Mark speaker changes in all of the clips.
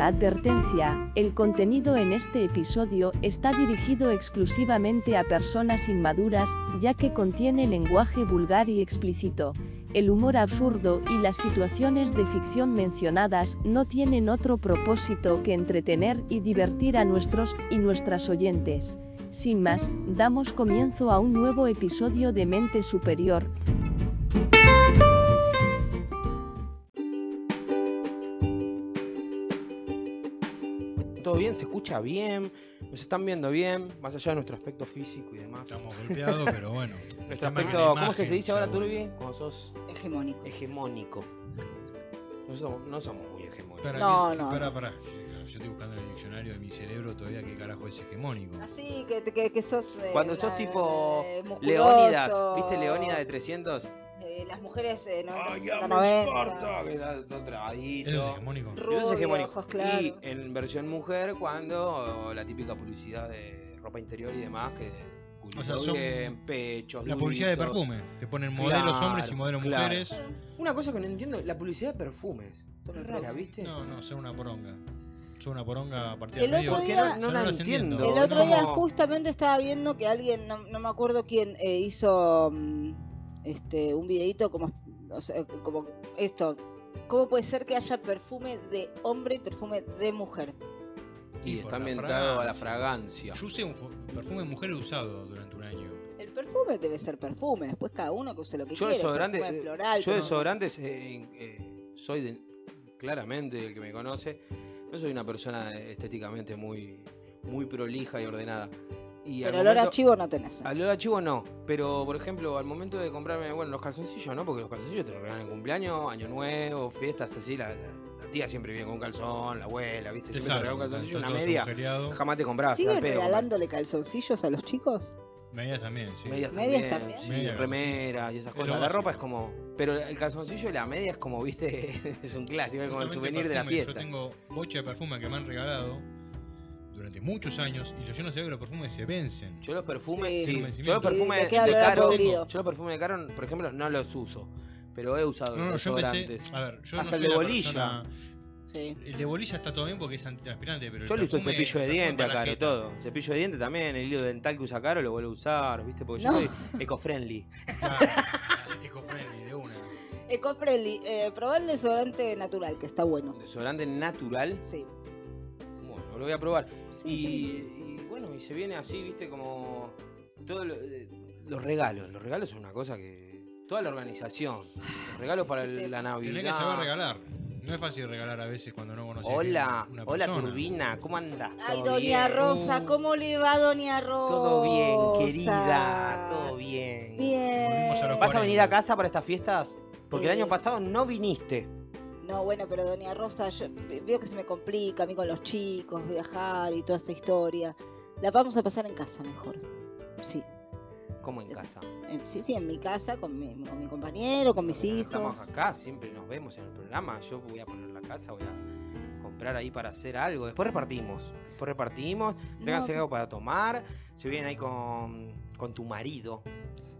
Speaker 1: Advertencia, el contenido en este episodio está dirigido exclusivamente a personas inmaduras, ya que contiene lenguaje vulgar y explícito. El humor absurdo y las situaciones de ficción mencionadas no tienen otro propósito que entretener y divertir a nuestros y nuestras oyentes. Sin más, damos comienzo a un nuevo episodio de Mente Superior,
Speaker 2: todo bien, se escucha bien, nos están viendo bien, más allá de nuestro aspecto físico y demás.
Speaker 3: Estamos golpeados, pero bueno.
Speaker 2: Nuestro
Speaker 3: Tema de
Speaker 2: aspecto,
Speaker 3: la
Speaker 2: ¿cómo es que se
Speaker 3: imagen,
Speaker 2: dice ahora,
Speaker 3: seguro.
Speaker 2: Turbi? Cuando sos
Speaker 4: hegemónico.
Speaker 2: hegemónico. No somos, no somos muy hegemónicos.
Speaker 3: Para
Speaker 4: No,
Speaker 3: mí es-
Speaker 4: no,
Speaker 3: para,
Speaker 4: no.
Speaker 3: para. Yo estoy buscando en el diccionario de mi cerebro todavía qué carajo es hegemónico.
Speaker 4: Así que, que, que sos. eh,
Speaker 2: Cuando sos
Speaker 4: una-
Speaker 2: tipo
Speaker 4: eh, musculoso,
Speaker 2: Leónidas, ¿viste Leónidas de 300?
Speaker 4: eh, las mujeres eh, 90,
Speaker 2: ¡Ay,
Speaker 4: 60,
Speaker 2: amo
Speaker 4: 90.
Speaker 2: Esparta! Que da- da
Speaker 3: ¿Eso es
Speaker 2: trabadito.
Speaker 3: hegemónico?
Speaker 4: Ru-
Speaker 2: Eso es
Speaker 4: Rubio,
Speaker 2: hegemónico.
Speaker 4: ojos claros.
Speaker 2: Y en versión mujer, cuando la típica publicidad de ropa interior y demás, que
Speaker 3: O sea,
Speaker 2: culo
Speaker 3: son-
Speaker 2: bien, pechos,
Speaker 3: La publicidad de
Speaker 2: duritos.
Speaker 3: perfume. Te ponen modelos
Speaker 2: Claro,
Speaker 3: hombres y modelos
Speaker 2: claro.
Speaker 3: mujeres.
Speaker 2: Una cosa que no entiendo, la publicidad de perfumes.
Speaker 4: Por
Speaker 2: Es
Speaker 4: el
Speaker 2: rara,
Speaker 4: rosa.
Speaker 2: ¿viste?
Speaker 3: No, no, son una poronga. Son una poronga a partir
Speaker 4: El
Speaker 3: del medio.
Speaker 4: otro
Speaker 2: Porque no,
Speaker 4: día-
Speaker 2: no
Speaker 3: Yo
Speaker 2: la
Speaker 3: las
Speaker 2: entiendo.
Speaker 3: entiendo.
Speaker 4: El otro
Speaker 2: No.
Speaker 4: día justamente estaba viendo que alguien, no, no me acuerdo quién, eh, hizo mm, este un videito como, o sea, como esto. ¿Cómo puede ser que haya perfume de hombre y perfume de mujer?
Speaker 2: Y,
Speaker 3: Y por
Speaker 2: está
Speaker 3: la
Speaker 2: ambientado a la fragancia.
Speaker 3: Yo usé un fu- perfume de mujer usado durante un año.
Speaker 4: El perfume debe ser perfume, después cada uno que use lo que
Speaker 2: Yo
Speaker 4: quiera.
Speaker 2: desodorante,
Speaker 4: perfume
Speaker 2: eh,
Speaker 4: floral,
Speaker 2: yo
Speaker 4: con-
Speaker 2: desodorantes eh, eh, soy de- claramente el que me conoce. No soy una persona estéticamente muy, muy prolija y ordenada. Y al
Speaker 4: Pero olor a
Speaker 2: momento-
Speaker 4: chivo no tenés.
Speaker 2: Al olor a chivo no, pero por ejemplo, al momento de comprarme, bueno, los calzoncillos no, porque los calzoncillos te los regalan en cumpleaños, año nuevo, fiestas así, la, la- la tía siempre viene con calzón, la abuela, viste,
Speaker 3: Te
Speaker 2: siempre te
Speaker 3: saben,
Speaker 2: regala un
Speaker 3: están
Speaker 2: calzoncillo,
Speaker 3: todos
Speaker 2: una media,
Speaker 3: agujereados.
Speaker 2: jamás te comprabas, al
Speaker 4: ¿Siguen
Speaker 2: pedo,
Speaker 4: regalándole calzoncillos a los chicos?
Speaker 3: Medias también, sí.
Speaker 2: Medias también,
Speaker 4: Medias también.
Speaker 2: sí,
Speaker 3: Medias,
Speaker 2: remeras y esas
Speaker 3: Es
Speaker 2: cosas.
Speaker 3: lo
Speaker 2: La ropa
Speaker 3: básico.
Speaker 2: es como. Pero el calzoncillo y la media es como, viste, es un clásico, es como el
Speaker 3: Justamente
Speaker 2: souvenir de la
Speaker 3: perfume,
Speaker 2: fiesta.
Speaker 3: Yo tengo bocha de perfume que me han regalado durante muchos años y yo- yo no sabía que los perfumes se vencen.
Speaker 2: Yo los perfumes,
Speaker 4: Sí.
Speaker 2: sí,
Speaker 3: Sí,
Speaker 2: yo los
Speaker 3: sí,
Speaker 2: perfumes
Speaker 4: le
Speaker 2: de
Speaker 4: queda olor a
Speaker 2: caro,
Speaker 4: podrido.
Speaker 2: yo los perfumes de caro, por ejemplo, no los uso, pero he usado
Speaker 3: No, no,
Speaker 2: los
Speaker 3: yo empecé.
Speaker 2: desodorantes.
Speaker 3: A ver, yo no
Speaker 2: Hasta el de
Speaker 3: soy la
Speaker 2: bolilla.
Speaker 3: persona-
Speaker 4: Sí.
Speaker 3: El de bolilla está todo bien porque es antitranspirante, pero.
Speaker 2: Yo le uso el
Speaker 3: perfume-
Speaker 2: cepillo de
Speaker 3: perfume
Speaker 2: diente a
Speaker 3: para la
Speaker 2: Caro,
Speaker 3: jeta.
Speaker 2: todo. El cepillo de diente también, el hilo dental que usa Caro lo vuelvo a usar, ¿viste? Porque yo
Speaker 4: No.
Speaker 2: soy eco-friendly.
Speaker 3: Claro, eco-friendly, de una.
Speaker 4: Ecofriendly, eh, probá el desodorante natural, que está bueno.
Speaker 2: Desodorante natural.
Speaker 4: Sí.
Speaker 2: Bueno, lo voy a probar.
Speaker 4: Sí,
Speaker 2: y,
Speaker 4: sí.
Speaker 2: y bueno, y se viene así, viste, como todo lo- eh, los regalos. Los regalos son una cosa que. Toda la organización. Los regalos para
Speaker 4: Qué
Speaker 2: el- la
Speaker 3: Tenés
Speaker 2: Navidad.
Speaker 3: que saber regalar. No es fácil regalar a veces cuando no conoces
Speaker 2: Hola,
Speaker 3: bien a una
Speaker 2: hola
Speaker 3: persona.
Speaker 2: Turbina, ¿cómo andás?
Speaker 4: Ay,
Speaker 2: ¿Todo
Speaker 4: Doña
Speaker 2: bien? Uh.
Speaker 4: Rosa, ¿cómo le va, Doña Rosa?
Speaker 2: Todo bien, querida, todo bien.
Speaker 3: Volvimos a
Speaker 4: Bien.
Speaker 3: los
Speaker 2: ¿Vas a venir
Speaker 3: 40.
Speaker 2: a casa para estas fiestas? Porque el
Speaker 4: Eh.
Speaker 2: año pasado no viniste.
Speaker 4: No, bueno, pero Doña Rosa, yo veo que se me complica a mí con los chicos, viajar y toda esta historia. La vamos a pasar en casa mejor. Sí,
Speaker 2: ¿Cómo en casa?
Speaker 4: eh, sí, sí, en mi casa, con mi, con mi compañero, con mis hijos.
Speaker 2: Estamos acá, siempre nos vemos en el programa. Yo voy a poner la casa, voy a comprar ahí para hacer algo. Después repartimos. Después repartimos. Tráiganse
Speaker 4: No.
Speaker 2: algo para tomar. Se vienen ahí con, con tu marido.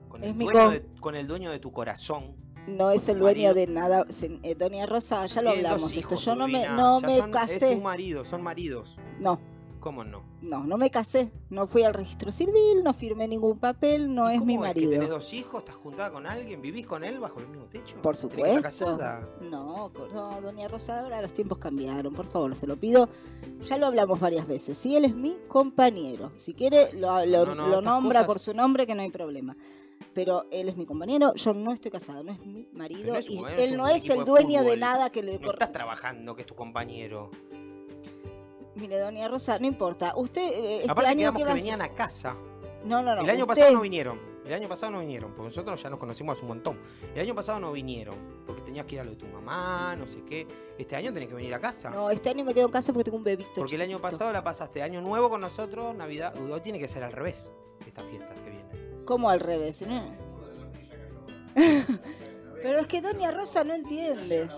Speaker 2: Con
Speaker 4: Es
Speaker 2: el,
Speaker 4: mi
Speaker 2: dueño
Speaker 4: co-
Speaker 2: de, con el dueño de tu corazón.
Speaker 4: No es el
Speaker 2: Marido.
Speaker 4: dueño de nada, se- eh, Doña Rosa, ya lo
Speaker 2: Tienen dos
Speaker 4: hablamos esto.
Speaker 2: hijos,
Speaker 4: Yo no me,
Speaker 2: Rubina.
Speaker 4: no
Speaker 2: Ya
Speaker 4: me
Speaker 2: son- Es tu
Speaker 4: casé.
Speaker 2: marido, son maridos.
Speaker 4: No,
Speaker 2: ¿Cómo no?
Speaker 4: no, no me casé. No fui al registro civil, no firmé ningún papel, no
Speaker 2: ¿Y
Speaker 4: es
Speaker 2: cómo
Speaker 4: mi
Speaker 2: Que tenés
Speaker 4: marido.
Speaker 2: dos hijos, estás juntada con alguien, vivís con él bajo el mismo techo.
Speaker 4: Por
Speaker 2: Tenés que estar
Speaker 4: supuesto.
Speaker 2: casada.
Speaker 4: No, co- no, Doña Rosa, ahora los tiempos cambiaron, por favor, se lo pido. Ya lo hablamos varias veces. Si él es mi compañero, si quiere lo, lo-
Speaker 2: No, no,
Speaker 4: lo
Speaker 2: estas
Speaker 4: nombra
Speaker 2: cosas-
Speaker 4: por su nombre, que no hay problema. Pero él es mi compañero, yo no estoy casada, no es mi marido
Speaker 2: Pero es un-
Speaker 4: y
Speaker 2: bueno, es
Speaker 4: él
Speaker 2: un
Speaker 4: no es
Speaker 2: equipo
Speaker 4: el
Speaker 2: de
Speaker 4: dueño de
Speaker 2: fútbol.
Speaker 4: nada que le
Speaker 2: No estás trabajando, que es tu compañero.
Speaker 4: Mire, doña Rosa, no importa. Usted eh, este
Speaker 2: Aparte
Speaker 4: año
Speaker 2: quedamos
Speaker 4: que
Speaker 2: que
Speaker 4: va a
Speaker 2: venían a casa.
Speaker 4: hacer- No, no, no.
Speaker 2: El año
Speaker 4: usted-
Speaker 2: pasado no vinieron. El año pasado no vinieron, porque nosotros ya nos conocimos hace un montón. El año pasado no vinieron, porque tenías que ir a lo de tu mamá, no sé qué. Este año tenés que venir a casa.
Speaker 4: No, este año me quedo en casa porque tengo un bebito.
Speaker 2: porque el año
Speaker 4: chiquito.
Speaker 2: pasado la pasaste año nuevo con nosotros, Navidad. Uy, Hoy tiene que ser al revés, esta fiesta que viene.
Speaker 4: ¿Cómo al revés? ¿no? Pero es que doña Rosa no entiende.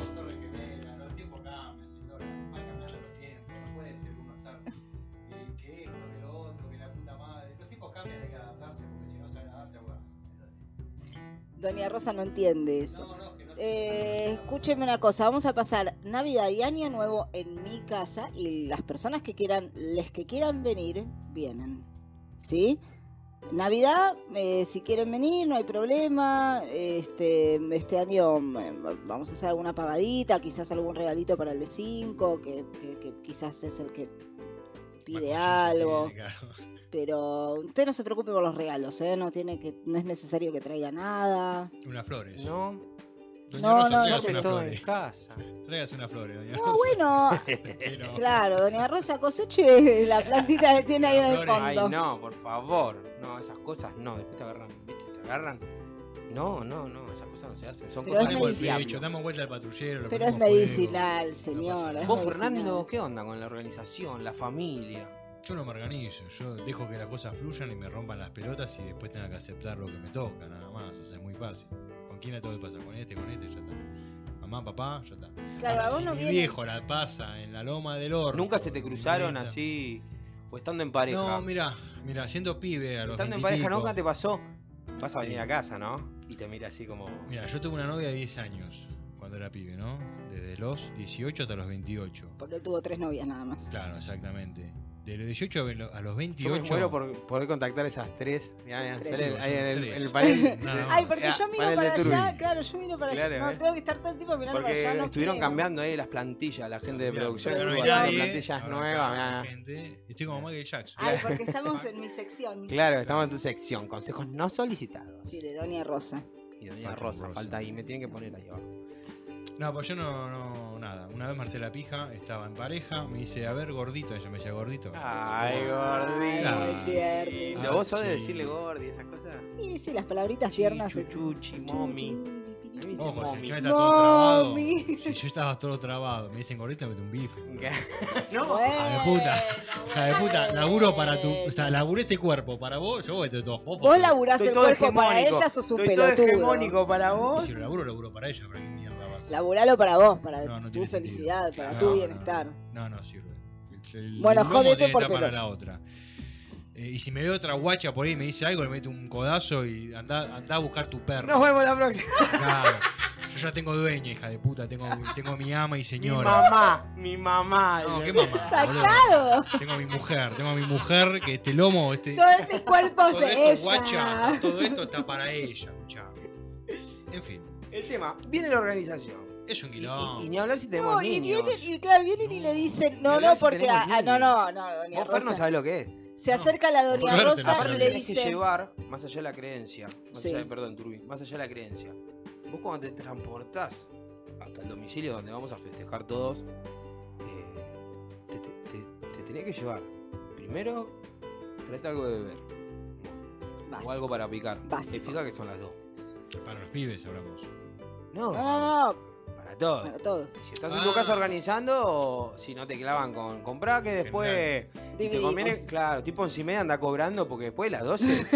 Speaker 4: Doña Rosa no entiende eso.
Speaker 3: No, no, que no
Speaker 4: Eh, escúcheme una cosa, vamos a pasar Navidad y Año Nuevo en mi casa y las personas que quieran, les que quieran venir, vienen. ¿Sí? Navidad, eh, si quieren venir, no hay problema. Este, este año mm, vamos a hacer alguna pagadita, quizás algún regalito para el de 5, que, que- que quizás es el que pide algo. Pero usted no se preocupe por los regalos, ¿eh? No, tiene que, no es necesario que traiga nada.
Speaker 3: Unas flores.
Speaker 2: No,
Speaker 3: Doña
Speaker 4: No,
Speaker 3: Rosa,
Speaker 4: no,
Speaker 3: tráigase
Speaker 4: no.
Speaker 3: unas
Speaker 2: hace todo en
Speaker 3: flores.
Speaker 2: casa.
Speaker 3: Tráigase unas flores, doña
Speaker 4: No,
Speaker 3: Rosa.
Speaker 4: bueno,
Speaker 3: Pero-
Speaker 4: Claro, doña Rosa coseche la plantita que tiene ahí en el
Speaker 3: Flores.
Speaker 2: Ay,
Speaker 4: fondo.
Speaker 2: no, por favor. No, esas cosas no. Después te agarran, ¿viste? Te agarran. No, no, no, esas cosas no se hacen. Son
Speaker 4: Pero
Speaker 2: cosas del
Speaker 3: Damos
Speaker 4: es
Speaker 3: el
Speaker 4: medicinal.
Speaker 3: pecho,
Speaker 2: diablo.
Speaker 3: damos vuelta al patrullero. lo
Speaker 4: Pero es
Speaker 3: prendemos fuego.
Speaker 4: medicinal, señor. es
Speaker 2: Vos,
Speaker 4: medicinal.
Speaker 2: Fernando, ¿qué onda con la organización, la familia?
Speaker 3: Yo no me organizo, yo dejo que las cosas fluyan y me rompan las pelotas y después tenga que aceptar lo que me toca, nada más. O sea, es muy fácil. ¿Con quién la tengo que pasar? Con este, con este, ya está. Mamá, papá, ya está.
Speaker 4: Claro,
Speaker 3: Ahora,
Speaker 4: a vos
Speaker 3: si
Speaker 4: no
Speaker 3: mi
Speaker 4: viene.
Speaker 3: viejo la pasa en la loma del horno.
Speaker 2: ¿Nunca se te cruzaron así o estando en pareja?
Speaker 3: No, mira, mira, siendo pibe a los
Speaker 2: Estando en
Speaker 3: 20 y
Speaker 2: pareja
Speaker 3: pico.
Speaker 2: nunca te pasó. Vas a venir a casa, ¿no? Y te mira así como.
Speaker 3: Mira, yo tuve una novia de 10 años cuando era pibe, ¿no? Desde los 18 hasta los 28.
Speaker 4: Porque él tuvo tres novias nada más.
Speaker 3: Claro, exactamente. De los 18 a lo- a los
Speaker 2: Yo
Speaker 3: 28.
Speaker 2: me muero por poder contactar esas tres. Mirá, mirá,
Speaker 4: Tres.
Speaker 2: sale ahí en el, en el
Speaker 3: Tres.
Speaker 2: panel.
Speaker 3: No, no.
Speaker 4: Ay, porque
Speaker 2: Mirá,
Speaker 4: yo miro
Speaker 2: panel de
Speaker 4: para
Speaker 2: Turing.
Speaker 4: allá, claro, yo miro para
Speaker 2: Claro,
Speaker 4: allá.
Speaker 2: ¿eh?
Speaker 4: No, tengo que estar todo el tiempo mirando
Speaker 2: Porque
Speaker 4: para allá. no
Speaker 2: estuvieron
Speaker 4: quiero.
Speaker 2: cambiando ahí las plantillas, la gente de
Speaker 3: Mirá,
Speaker 2: producción.
Speaker 3: ahora
Speaker 2: estuvo
Speaker 3: no hay
Speaker 4: Claro,
Speaker 2: haciendo
Speaker 3: nadie,
Speaker 2: plantillas
Speaker 3: ahora
Speaker 2: nuevas.
Speaker 3: está la
Speaker 2: mirá.
Speaker 3: gente. Estoy como Michael Jackson.
Speaker 4: Ay, porque estamos en mi sección.
Speaker 2: Claro, estamos en tu sección. Consejos no solicitados.
Speaker 4: Sí, de doña Rosa.
Speaker 2: Y doña
Speaker 3: Falta
Speaker 2: Rosa,
Speaker 3: Rosa.
Speaker 2: falta ahí. Me tienen que poner ahí abajo.
Speaker 3: No, pues yo no, no, nada. Una vez marté la pija, estaba en pareja, me dice, a ver, gordito. Ella me decía, gordito.
Speaker 2: Ah, Ay,
Speaker 3: Claro.
Speaker 4: Ay,
Speaker 2: gordito.
Speaker 4: muy tierno.
Speaker 3: Ah,
Speaker 2: ¿Vos sos de
Speaker 3: sí.
Speaker 2: decirle gordi y esas cosas?
Speaker 4: Y sí, las palabritas tiernas.
Speaker 2: Chi, chu, chu, chi, momi. A mí sí.
Speaker 3: Ojo, si
Speaker 2: Mami.
Speaker 3: yo estaba todo trabado.
Speaker 4: Mami.
Speaker 3: Si yo estaba todo trabado, me dicen gordito, mete un bife.
Speaker 2: No.
Speaker 3: de puta. Hija de puta, laburo para tu. O sea, laburé este cuerpo para vos, yo voy a todo fofo.
Speaker 4: Vos laburás
Speaker 2: Estoy
Speaker 4: el
Speaker 2: todo
Speaker 4: cuerpo para
Speaker 2: hegemónico.
Speaker 4: ella, sos un
Speaker 2: Estoy todo
Speaker 4: pelotudo.
Speaker 2: hegemónico para
Speaker 3: Y
Speaker 2: vos.
Speaker 3: Si lo laburo, laburo para ella, para qué mierda vas. a hacer?
Speaker 4: Laburalo para vos, para
Speaker 3: No, no
Speaker 4: tu
Speaker 3: tiene
Speaker 4: felicidad,
Speaker 3: sentido.
Speaker 4: para
Speaker 3: No,
Speaker 4: tu
Speaker 3: no,
Speaker 4: bienestar.
Speaker 3: No, no, sirve. El- el-
Speaker 4: Bueno,
Speaker 3: el lomo
Speaker 4: jódete
Speaker 3: tiene
Speaker 4: por
Speaker 3: tapa
Speaker 4: pelo.
Speaker 3: para la otra. Eh, y si me veo otra guacha por ahí y me dice algo, le meto un codazo y anda, anda a buscar tu perro.
Speaker 2: Nos vemos la próxima.
Speaker 3: Claro. Yo ya tengo dueña, hija de puta. Tengo, tengo mi ama y
Speaker 2: Mi
Speaker 3: señora.
Speaker 2: mamá, mi mamá.
Speaker 3: No, qué mamá.
Speaker 4: ¡Sacado!
Speaker 3: boludo. Tengo a mi mujer, tengo a mi mujer que este lomo, este.
Speaker 4: Todo este cuerpo es
Speaker 3: Todo
Speaker 4: de
Speaker 3: esto,
Speaker 4: ella.
Speaker 3: guacha, o sea, todo esto está para ella, muchacho. En fin,
Speaker 2: El tema, viene la organización.
Speaker 3: es un
Speaker 2: Y,
Speaker 3: quilombo.
Speaker 2: y- y ni hablar si tenemos
Speaker 4: No, y
Speaker 2: niños.
Speaker 4: vienen, y claro, vienen y le dicen, no,
Speaker 2: Mirá
Speaker 4: no,
Speaker 2: si
Speaker 4: porque
Speaker 2: tenemos
Speaker 4: ah, no,
Speaker 2: niños.
Speaker 4: no, no, doña
Speaker 2: Vos, Fer, no
Speaker 4: Rosa.
Speaker 2: sabés lo que es.
Speaker 4: Se acerca la
Speaker 3: Por
Speaker 4: doña
Speaker 3: suerte,
Speaker 4: Rosa
Speaker 3: no,
Speaker 2: Aparte
Speaker 4: y
Speaker 3: pero
Speaker 2: le
Speaker 4: le
Speaker 2: tenés que
Speaker 4: dice,
Speaker 2: llevar, más allá de la creencia, más
Speaker 4: Sí.
Speaker 2: allá de, perdón, Turbi, más allá de la creencia. Vos cuando te transportás hasta el domicilio donde vamos a festejar todos, eh, te, te, te- te tenés que llevar. Primero, trate algo de beber.
Speaker 4: Básico.
Speaker 2: O algo para picar.
Speaker 4: Básico.
Speaker 2: Te fijas que son las dos.
Speaker 3: Para los pibes hablamos.
Speaker 2: No,
Speaker 4: no, no, no,
Speaker 2: para todo.
Speaker 4: para todos.
Speaker 2: Si estás en tu
Speaker 3: Ah.
Speaker 2: casa organizando, o si no te clavan con comprar, que después y te
Speaker 4: Dividimos.
Speaker 2: conviene, claro, tipo si media anda cobrando porque después de las 12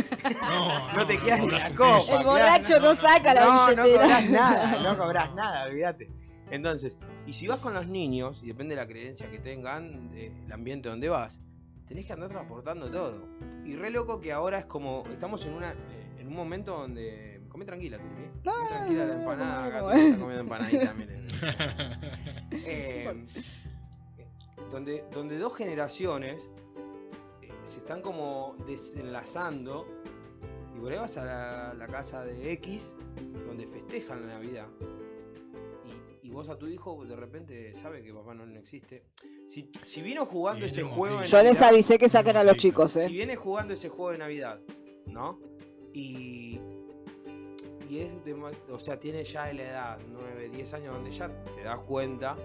Speaker 3: No,
Speaker 2: No te quedas ni
Speaker 3: cobras
Speaker 2: la
Speaker 3: un
Speaker 2: copa,
Speaker 3: peso.
Speaker 2: claro.
Speaker 4: El borracho no saca la
Speaker 2: no, no
Speaker 4: billetera.
Speaker 2: cobrás nada, no cobrás nada, olvídate. Entonces, y si vas con los niños, y depende de la creencia que tengan, del ambiente donde vas, tenés que andar transportando todo. Y re loco que ahora es como, estamos en una eh, en un momento donde... Come tranquila, Turbi. Come tranquila la
Speaker 4: no,
Speaker 2: empanada,
Speaker 4: no,
Speaker 2: acá
Speaker 4: no,
Speaker 2: Turbi está
Speaker 4: no.
Speaker 2: comiendo empanadita también. Eh, donde, donde dos generaciones eh, se están como desenlazando y por ahí vas a la, la casa de X donde festejan la Navidad y, y vos a tu hijo de repente sabe que papá no, no existe. Si, si vino jugando
Speaker 3: Y
Speaker 2: ese
Speaker 3: viene
Speaker 2: juego
Speaker 3: con
Speaker 2: de
Speaker 4: Yo les
Speaker 2: Navidad-
Speaker 4: avisé que saquen a los chicos,
Speaker 2: si
Speaker 4: eh.
Speaker 2: viene jugando ese juego de Navidad, ¿no? Y. Y es. de ma- o sea, tiene ya la edad, 9, 10 años, donde ya te das cuenta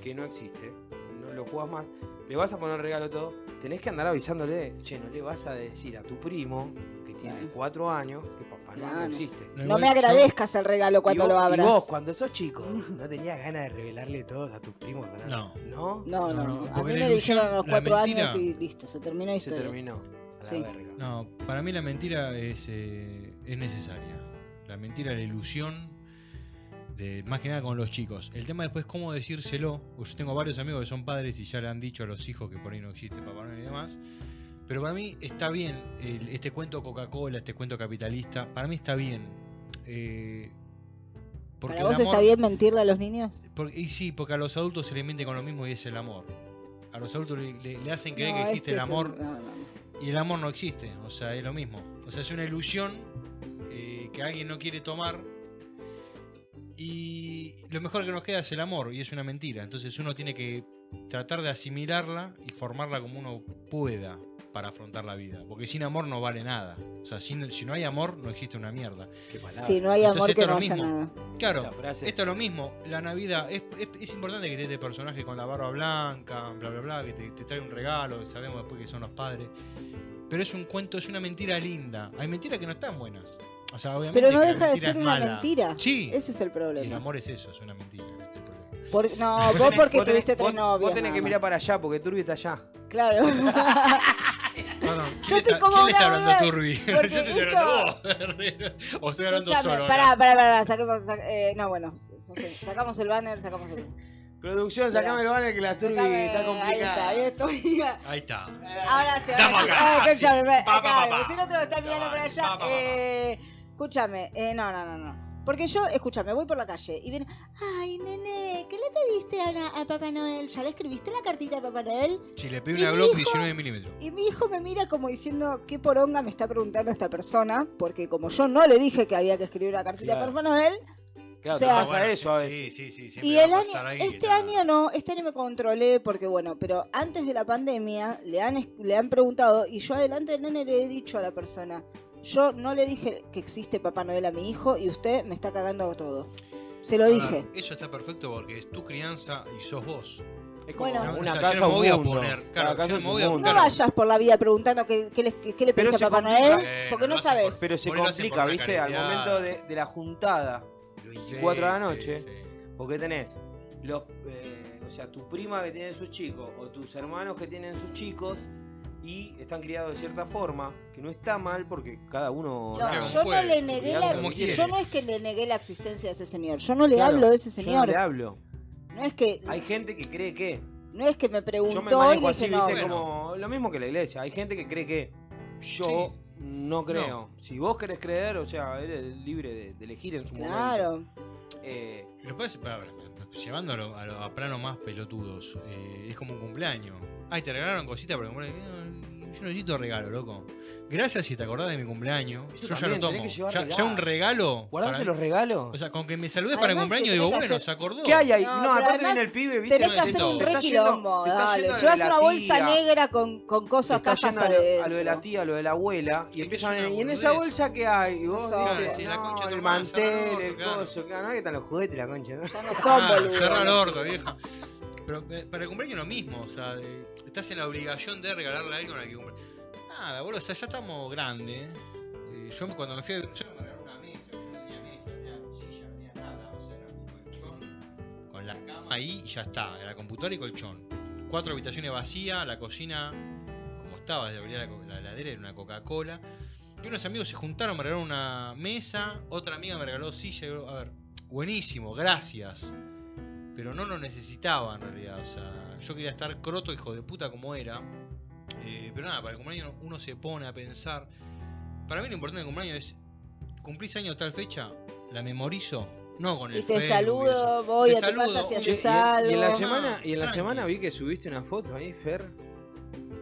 Speaker 2: que no existe. No lo juegas más. Le vas a poner regalo todo. Tenés que andar avisándole, che, no le vas a decir a tu primo, que tiene
Speaker 4: Claro.
Speaker 2: 4 años, que papá Noel no
Speaker 4: Claro.
Speaker 2: existe.
Speaker 4: No me agradezcas el regalo cuando
Speaker 2: Y vos-
Speaker 4: lo abras.
Speaker 2: Y vos, cuando sos chico, no tenías ganas de revelarle todos a tus primos, ¿verdad?
Speaker 3: No.
Speaker 2: ¿No?
Speaker 4: No, no,
Speaker 3: No,
Speaker 4: no.
Speaker 3: no,
Speaker 4: A
Speaker 3: porque
Speaker 4: mí
Speaker 3: la
Speaker 4: me lo dijeron a
Speaker 3: ilusión,
Speaker 4: los
Speaker 3: la
Speaker 4: cuatro
Speaker 3: mentira-
Speaker 4: años y listo, se terminó la
Speaker 2: Se
Speaker 4: historia.
Speaker 2: terminó. A la
Speaker 4: Sí.
Speaker 2: verga.
Speaker 3: No, para mí la mentira es, eh, es necesaria. La mentira, la ilusión, de, más que nada con los chicos. El tema después es cómo decírselo. pues Yo tengo varios amigos que son padres y ya le han dicho a los hijos que por ahí no existe Papá Noel y demás. Pero para mí está bien el- este cuento Coca-Cola, este cuento capitalista. Para mí está bien. Eh, Porque
Speaker 4: ¿Para
Speaker 3: el
Speaker 4: vos está
Speaker 3: amor-
Speaker 4: bien mentirle a los niños?
Speaker 3: porque- y sí, porque a los adultos se le miente con lo mismo y es el amor. A los adultos le, le- le hacen creer
Speaker 4: No,
Speaker 3: que
Speaker 4: este
Speaker 3: existe el
Speaker 4: es
Speaker 3: amor
Speaker 4: no, no, no.
Speaker 3: y el amor no existe. O sea, es lo mismo. O sea, es una ilusión eh, que alguien no quiere tomar. Y lo mejor que nos queda es el amor y es una mentira. Entonces uno tiene que tratar de asimilarla y formarla como uno pueda para afrontar la vida. Porque sin amor no vale nada. O sea, sin- si no hay amor no existe una mierda.
Speaker 2: Qué palabra.
Speaker 4: Si no hay
Speaker 3: Entonces
Speaker 4: amor,
Speaker 3: esto
Speaker 4: que
Speaker 3: es
Speaker 4: no
Speaker 3: lo
Speaker 4: haya
Speaker 3: mismo.
Speaker 4: nada.
Speaker 3: Claro,
Speaker 2: Esta frase-
Speaker 3: esto es lo mismo, la Navidad. Es, es- es importante que esté este personaje con la barba blanca, bla, bla, bla, que te, te trae un regalo, que sabemos después que son los padres. Pero es un cuento, es una mentira linda. Hay mentiras que no están buenas. O sea, obviamente
Speaker 4: Pero no
Speaker 3: que la
Speaker 4: deja de
Speaker 3: mentira
Speaker 4: ser
Speaker 3: es
Speaker 4: una
Speaker 3: mala.
Speaker 4: mentira.
Speaker 3: Sí,
Speaker 4: Ese es
Speaker 3: y
Speaker 4: el
Speaker 3: el
Speaker 4: problema.
Speaker 3: amor es eso, es una mentira. este problema.
Speaker 4: Por- no,
Speaker 2: Vos
Speaker 4: vos
Speaker 2: tenés-
Speaker 4: porque
Speaker 2: vos tenés-
Speaker 4: tuviste tres
Speaker 2: vos-
Speaker 4: novias.
Speaker 2: Vos tenés que
Speaker 4: nada
Speaker 2: mirar
Speaker 4: más.
Speaker 2: para allá, porque Turbi está allá.
Speaker 4: Claro.
Speaker 3: Perdón, ¿quién
Speaker 4: Yo
Speaker 3: le
Speaker 4: te
Speaker 3: está-
Speaker 4: como
Speaker 3: ¿Quién le está
Speaker 4: una
Speaker 3: hablando
Speaker 4: boluda,
Speaker 3: Turbi? Yo
Speaker 4: porque
Speaker 3: te estoy
Speaker 4: esto-
Speaker 3: hablando a vos. o estoy hablando
Speaker 4: Escuchame,
Speaker 3: solo. ahora.
Speaker 4: Pará, pará, pará. Saquemos, sa- eh, no, bueno. no sé, sacamos el banner, sacamos el.
Speaker 2: Producción, sacame el banner que la Turbi
Speaker 4: Sacame-
Speaker 2: está complicada.
Speaker 4: Ahí está, ahí estoy.
Speaker 3: Ahí está.
Speaker 4: Ahora sí,
Speaker 3: Estamos
Speaker 4: ahora sí.
Speaker 3: acá,
Speaker 4: Ah, escúchame,
Speaker 3: sí. Pa, pa,
Speaker 4: acá,
Speaker 3: pa, pa.
Speaker 4: Si no te voy a estar mirando
Speaker 3: Dale,
Speaker 4: para allá.
Speaker 3: pa, pa, pa, pa.
Speaker 4: eh, escúchame, eh, no, no, no, no. Porque yo, escúchame, voy por la calle y viene. Ay, nene, ¿qué le pediste ahora a Papá Noel? ¿Ya le escribiste la cartita a Papá Noel?
Speaker 3: Si le pido
Speaker 4: ¿Y
Speaker 3: una
Speaker 4: mi
Speaker 3: Glock
Speaker 4: hijo?
Speaker 3: 19 milímetros.
Speaker 4: Y mi hijo me mira como diciendo, ¿qué poronga me está preguntando esta persona? Porque como yo no le dije que había que escribir una cartita
Speaker 2: Claro.
Speaker 4: a Papá Noel,
Speaker 2: Claro,
Speaker 4: O
Speaker 2: te
Speaker 4: sea-
Speaker 2: pasa eso a veces.
Speaker 3: Sí, sí, sí. siempre
Speaker 4: Y
Speaker 3: va a
Speaker 4: el año,
Speaker 3: pasar alguien que
Speaker 4: este
Speaker 3: está-
Speaker 4: año no, este año me controlé porque bueno, pero antes de la pandemia le han, es- le han preguntado y yo adelante del nene le he dicho a la persona, yo no le dije que existe Papá Noel a mi hijo y usted me está cagando todo. Se lo
Speaker 3: Ahora,
Speaker 4: dije.
Speaker 3: Eso está perfecto porque es tu crianza y sos vos.
Speaker 2: Es como
Speaker 4: Bueno.
Speaker 3: No,
Speaker 2: una
Speaker 3: o sea, yo
Speaker 2: casa
Speaker 3: no me voy a
Speaker 2: un mundo.
Speaker 3: poner, claro,
Speaker 2: Cada
Speaker 3: yo
Speaker 2: casa
Speaker 3: no
Speaker 2: es
Speaker 3: me
Speaker 2: un
Speaker 3: voy a
Speaker 2: mundo.
Speaker 4: No
Speaker 3: claro.
Speaker 4: vayas por la vida preguntando qué, qué le, qué
Speaker 2: Pero
Speaker 4: le pediste
Speaker 2: se
Speaker 4: a Papá
Speaker 2: complica,
Speaker 4: Noel
Speaker 3: eh,
Speaker 4: porque
Speaker 3: no
Speaker 4: no
Speaker 3: lo hacen por-
Speaker 4: sabes.
Speaker 2: Pero se
Speaker 3: Por ahí lo hacen
Speaker 2: complica,
Speaker 3: por una
Speaker 2: ¿viste? Al
Speaker 3: caridad.
Speaker 2: momento de, de la juntada.
Speaker 3: Los
Speaker 2: 24 de la noche. Porque tenés los, eh, o sea, tu prima que tiene sus chicos o tus hermanos que tienen sus chicos y están criados de cierta forma, que no está mal porque cada uno...
Speaker 4: No,
Speaker 2: nada,
Speaker 3: como
Speaker 4: yo no
Speaker 3: puede,
Speaker 4: le negué
Speaker 2: crianza
Speaker 4: la,
Speaker 2: como
Speaker 4: yo
Speaker 3: quiere.
Speaker 4: no es que le negué la existencia de ese señor, yo no le
Speaker 2: Claro,
Speaker 4: hablo de ese
Speaker 2: yo no
Speaker 4: señor.
Speaker 2: le hablo.
Speaker 4: no es que
Speaker 2: Hay gente que cree que...
Speaker 4: no es que me preguntó
Speaker 2: Yo me
Speaker 4: y
Speaker 2: manejo
Speaker 4: le
Speaker 2: así,
Speaker 4: dije no.
Speaker 2: viste,
Speaker 3: bueno.
Speaker 2: como lo mismo que la iglesia. Hay gente que cree que yo
Speaker 3: Sí.
Speaker 2: no creo. Si vos querés creer, o sea, eres libre de, de elegir en su momento.
Speaker 4: Claro.
Speaker 2: Eh,
Speaker 3: Pero parece- pa- pa- llevándolo a, lo- a plano más pelotudos, eh, es como un cumpleaños. Ay, te regalaron cositas para el cumpleaños. Eh, Yo no necesito regalo, loco. Gracias si te acordás de mi cumpleaños.
Speaker 2: Eso
Speaker 3: Yo ya
Speaker 2: también,
Speaker 3: lo
Speaker 2: tenés
Speaker 3: tomo.
Speaker 2: que llevar
Speaker 3: Ya,
Speaker 2: regalo.
Speaker 3: ya un regalo. para
Speaker 2: ¿Guardaste
Speaker 3: mí.
Speaker 2: los regalos?
Speaker 3: O sea, con que me saludes para el
Speaker 4: Además que
Speaker 3: cumpleaños,
Speaker 4: tenés
Speaker 3: digo,
Speaker 4: que
Speaker 3: bueno,
Speaker 4: hacer-
Speaker 3: se acordó.
Speaker 2: ¿Qué hay ahí?
Speaker 4: No,
Speaker 2: No,
Speaker 4: pero
Speaker 2: aparte
Speaker 4: además
Speaker 2: viene el pibe, ¿viste?
Speaker 4: Tenés que hacer un
Speaker 3: Te
Speaker 4: re
Speaker 2: está yendo-
Speaker 4: quilombo,
Speaker 2: te está
Speaker 4: dale.
Speaker 2: yendo a lo de
Speaker 4: Llevas
Speaker 2: la
Speaker 4: una bolsa
Speaker 2: tía.
Speaker 4: negra con, con
Speaker 2: Te
Speaker 4: cosas
Speaker 2: está
Speaker 4: cajas
Speaker 2: yendo a lo, a lo de la
Speaker 4: adentro.
Speaker 2: tía, a lo de la abuela, y empiezan,
Speaker 3: es una
Speaker 2: y en esa
Speaker 3: boludez.
Speaker 2: bolsa que hay, y vos,
Speaker 4: Claro,
Speaker 2: viste,
Speaker 4: sí,
Speaker 3: la
Speaker 2: no,
Speaker 3: concha de tu
Speaker 2: el
Speaker 3: hermana, cerrá la
Speaker 2: mantel,
Speaker 3: boca,
Speaker 2: el
Speaker 3: claro.
Speaker 2: coso, claro, no que están los juguetes, la concha, ¿no?
Speaker 4: Ya no son
Speaker 3: Ah,
Speaker 4: boludos.
Speaker 3: cerrá el orto, vieja. Pero eh, para el cumpleaños lo mismo, o sea, eh, estás en la obligación de regalarle algo a alguien que cumple. Nada, boludo, o sea, ya estamos grandes. eh, yo cuando me fui a yo me regalé una mesa, yo no tenía mesa, no tenía silla, no tenía nada, o sea, era un colchón con la cama ahí y ya está, la computadora y colchón. Cuatro habitaciones vacías, la cocina como estaba, se abría la, co- la heladera, era una Coca-Cola. Y unos amigos se juntaron, me regalaron una mesa, otra amiga me regaló silla. y yo, a ver, buenísimo, gracias. Pero no lo necesitaba en realidad. O sea, yo quería estar croto, hijo de puta, como era. Eh, pero nada, para el cumpleaños uno se pone a pensar. Para mí lo importante del cumpleaños es. ¿Cumplís años tal fecha? ¿La memorizo? No con el
Speaker 4: Y te
Speaker 3: Facebook eso.
Speaker 4: saludo, voy
Speaker 3: Te
Speaker 4: a tu
Speaker 3: saludo.
Speaker 4: casa si
Speaker 3: Che,
Speaker 2: Che,
Speaker 4: haces
Speaker 2: y, en- y en la
Speaker 4: algo.
Speaker 2: semana, y en la
Speaker 3: Tranqui.
Speaker 2: semana vi que subiste una foto ahí, Fer.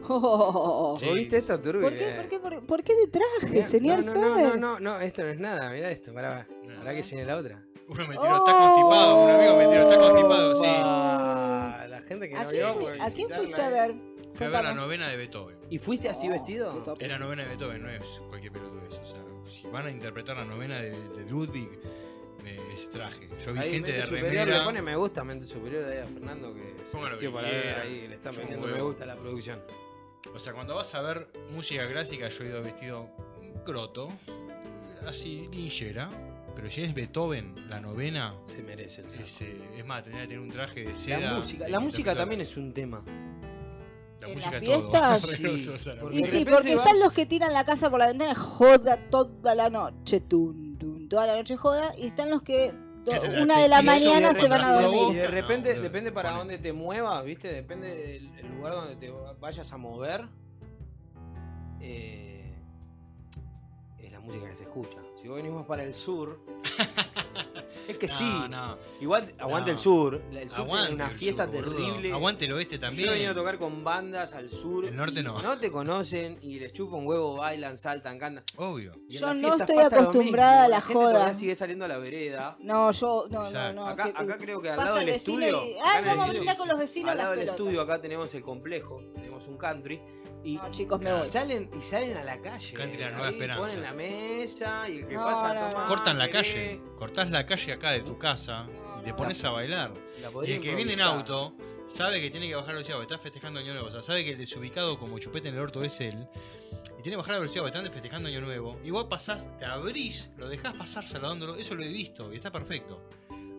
Speaker 4: Oh.
Speaker 3: Sí.
Speaker 2: ¿Vos viste esta turbi? Eh,
Speaker 4: ¿Por qué, por, qué, por, por qué de traje,
Speaker 2: Mirá,
Speaker 4: señor
Speaker 2: no, no,
Speaker 4: Fer?
Speaker 2: no, no, no, no, esto no es nada, mirá esto, pará,
Speaker 3: Nada.
Speaker 2: pará que viene la otra.
Speaker 3: Uno me tiró, está constipado. Un amigo me tiró, está constipado. Sí.
Speaker 4: Oh.
Speaker 2: Ah, La gente que
Speaker 4: ¿A
Speaker 2: no
Speaker 4: quién,
Speaker 2: vio,
Speaker 4: fui-
Speaker 2: puede
Speaker 4: a quién
Speaker 2: visitarla,
Speaker 4: fuiste a
Speaker 2: eh.
Speaker 4: ver?
Speaker 3: Fue a ver la
Speaker 4: Contame.
Speaker 3: novena de Beethoven.
Speaker 2: ¿Y fuiste así
Speaker 4: Oh,
Speaker 2: vestido?
Speaker 4: qué top.
Speaker 3: Es la novena de Beethoven, no es cualquier pelotudez. O sea, si van a interpretar la novena de, de Ludwig, eh, es traje. Yo vi
Speaker 2: Ahí mente
Speaker 3: gente de
Speaker 2: superior
Speaker 3: remera.
Speaker 2: le pone me gusta, mente superior ahí a Fernando que se
Speaker 3: Ponga lo
Speaker 2: metió
Speaker 3: que
Speaker 2: para ver
Speaker 3: quiera.
Speaker 2: ahí, le está
Speaker 3: Yo
Speaker 2: metiendo
Speaker 3: huevo.
Speaker 2: me gusta a la producción.
Speaker 3: O sea, cuando vas a ver música clásica, yo he ido vestido croto, así linchera. Pero si es Beethoven, la novena,
Speaker 2: Se merece el saco.
Speaker 3: es, eh, es más, tendría que tener un traje de seda.
Speaker 2: La música, la música también es un tema.
Speaker 3: La
Speaker 4: En
Speaker 3: música
Speaker 4: las
Speaker 3: es todo.
Speaker 4: fiestas,
Speaker 3: Horroroso,
Speaker 2: sí,
Speaker 3: o sea, la
Speaker 2: porque-
Speaker 4: Y
Speaker 2: De
Speaker 3: música-
Speaker 4: sí,
Speaker 2: repente
Speaker 4: porque
Speaker 2: vas-
Speaker 4: están los que tiran la casa por la ventana, joda toda la noche, tun, tun, toda la noche joda, y están los que do-
Speaker 3: Que te la-
Speaker 4: una
Speaker 3: te-
Speaker 4: de la
Speaker 3: y eso
Speaker 4: mañana
Speaker 3: de
Speaker 4: se van a
Speaker 3: repente-
Speaker 4: dormir.
Speaker 2: Y de repente,
Speaker 3: No,
Speaker 2: depende para
Speaker 3: pone.
Speaker 2: dónde te muevas, ¿viste? Depende del el lugar donde te vayas a mover. eh, es la música que se escucha. Si vos venimos para el sur, Es que
Speaker 3: No,
Speaker 2: sí.
Speaker 3: no.
Speaker 2: Igual aguante
Speaker 3: No.
Speaker 2: el sur. El sur tiene
Speaker 3: Aguante
Speaker 2: una
Speaker 3: el
Speaker 2: fiesta
Speaker 3: sur, boludo.
Speaker 2: terrible.
Speaker 3: Aguante el oeste también.
Speaker 2: Yo he venido a tocar con bandas al sur.
Speaker 3: El norte
Speaker 2: y
Speaker 3: no.
Speaker 2: No te conocen y les chupa un huevo, bailan, saltan, cantan.
Speaker 3: Obvio.
Speaker 2: Y en
Speaker 4: Yo
Speaker 2: las
Speaker 4: no
Speaker 2: fiestas
Speaker 4: estoy
Speaker 2: pasa lo
Speaker 4: acostumbrada
Speaker 2: mismo,
Speaker 4: a la
Speaker 2: gente todavía
Speaker 4: joda.
Speaker 2: sigue saliendo a la vereda.
Speaker 4: No, yo, no, no,
Speaker 3: Exacto.
Speaker 4: no.
Speaker 2: acá,
Speaker 4: qué-
Speaker 2: acá creo que al
Speaker 4: pasa
Speaker 2: lado del
Speaker 4: el vecino
Speaker 2: estudio.
Speaker 4: y-
Speaker 2: acá
Speaker 4: Ah,
Speaker 2: en
Speaker 4: vamos a
Speaker 2: el
Speaker 4: brindar
Speaker 2: estudio-
Speaker 4: con los vecinos.
Speaker 2: al lado
Speaker 4: las
Speaker 2: del
Speaker 4: pelotas.
Speaker 2: estudio acá tenemos el complejo, tenemos un country. Y
Speaker 4: No, chicos, me voy.
Speaker 2: salen, y salen a la calle.
Speaker 3: Country La
Speaker 2: ahí
Speaker 3: Nueva Esperanza.
Speaker 2: Ponen la mesa y el que
Speaker 4: No,
Speaker 2: pasa
Speaker 4: no, no.
Speaker 2: toma.
Speaker 3: Cortan la calle. Cortás la calle acá de tu casa
Speaker 4: No,
Speaker 3: y te
Speaker 4: no.
Speaker 3: pones a bailar.
Speaker 2: eh. La
Speaker 3: Y
Speaker 2: podría
Speaker 3: el que viene en
Speaker 2: improvisar.
Speaker 3: auto sabe que tiene que bajar la velocidad porque está festejando Año Nuevo. O sea, sabe que el desubicado como chupete en el orto es él. Y tiene que bajar la velocidad porque están festejando Año Nuevo. Y vos pasás, te abrís, lo dejás pasar saludándolo. Eso lo he visto y está perfecto.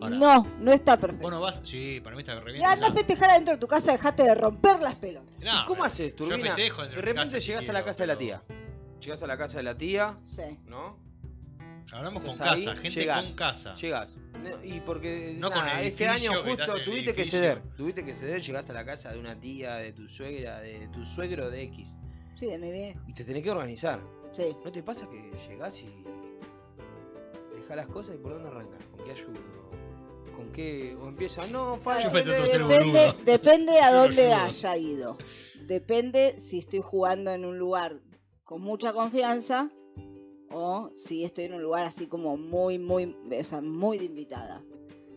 Speaker 3: Ahora,
Speaker 4: No, no está perfecto.
Speaker 3: vos no vas. Sí, para mí está re bien. o
Speaker 4: Ya
Speaker 3: sea,
Speaker 4: andá a festejar adentro de tu casa, dejate de romper las pelotas.
Speaker 3: no,
Speaker 2: ¿Y ¿Cómo haces,
Speaker 3: ah, yo
Speaker 2: Turbina?
Speaker 3: festejo dentro
Speaker 2: De
Speaker 3: mi casa,
Speaker 2: repente
Speaker 3: si
Speaker 2: llegás a la
Speaker 3: quiero,
Speaker 2: casa de la
Speaker 3: pero-
Speaker 2: tía. Llegás a la casa de la tía,
Speaker 4: Sí.
Speaker 2: ¿no?
Speaker 3: Hablamos con
Speaker 2: Entonces ahí
Speaker 3: casa, gente
Speaker 2: llegás,
Speaker 3: con casa.
Speaker 2: Llegás. No, Y porque
Speaker 3: No
Speaker 2: nada,
Speaker 3: con el
Speaker 2: este
Speaker 3: edificio
Speaker 2: año
Speaker 3: que estás
Speaker 2: justo
Speaker 3: en el
Speaker 2: tuviste que
Speaker 3: edificio.
Speaker 2: ceder. Tuviste que ceder, llegás a la casa de una tía, de tu suegra, de tu suegro de X.
Speaker 4: Sí, de mi viejo.
Speaker 2: Y te tenés que organizar.
Speaker 4: Sí.
Speaker 2: ¿No te pasa que llegás y dejás las cosas y por dónde arrancas? ¿Con qué ayudo? ¿Con qué? O empieza, no, falta.
Speaker 3: Chúpate otro ser
Speaker 4: Depende,
Speaker 3: boludo.
Speaker 4: depende a
Speaker 3: Yo lo
Speaker 4: dónde
Speaker 3: ayudo.
Speaker 4: haya ido. Depende si estoy jugando en un lugar con mucha confianza o si estoy en un lugar así como muy, muy, o sea, muy de invitada.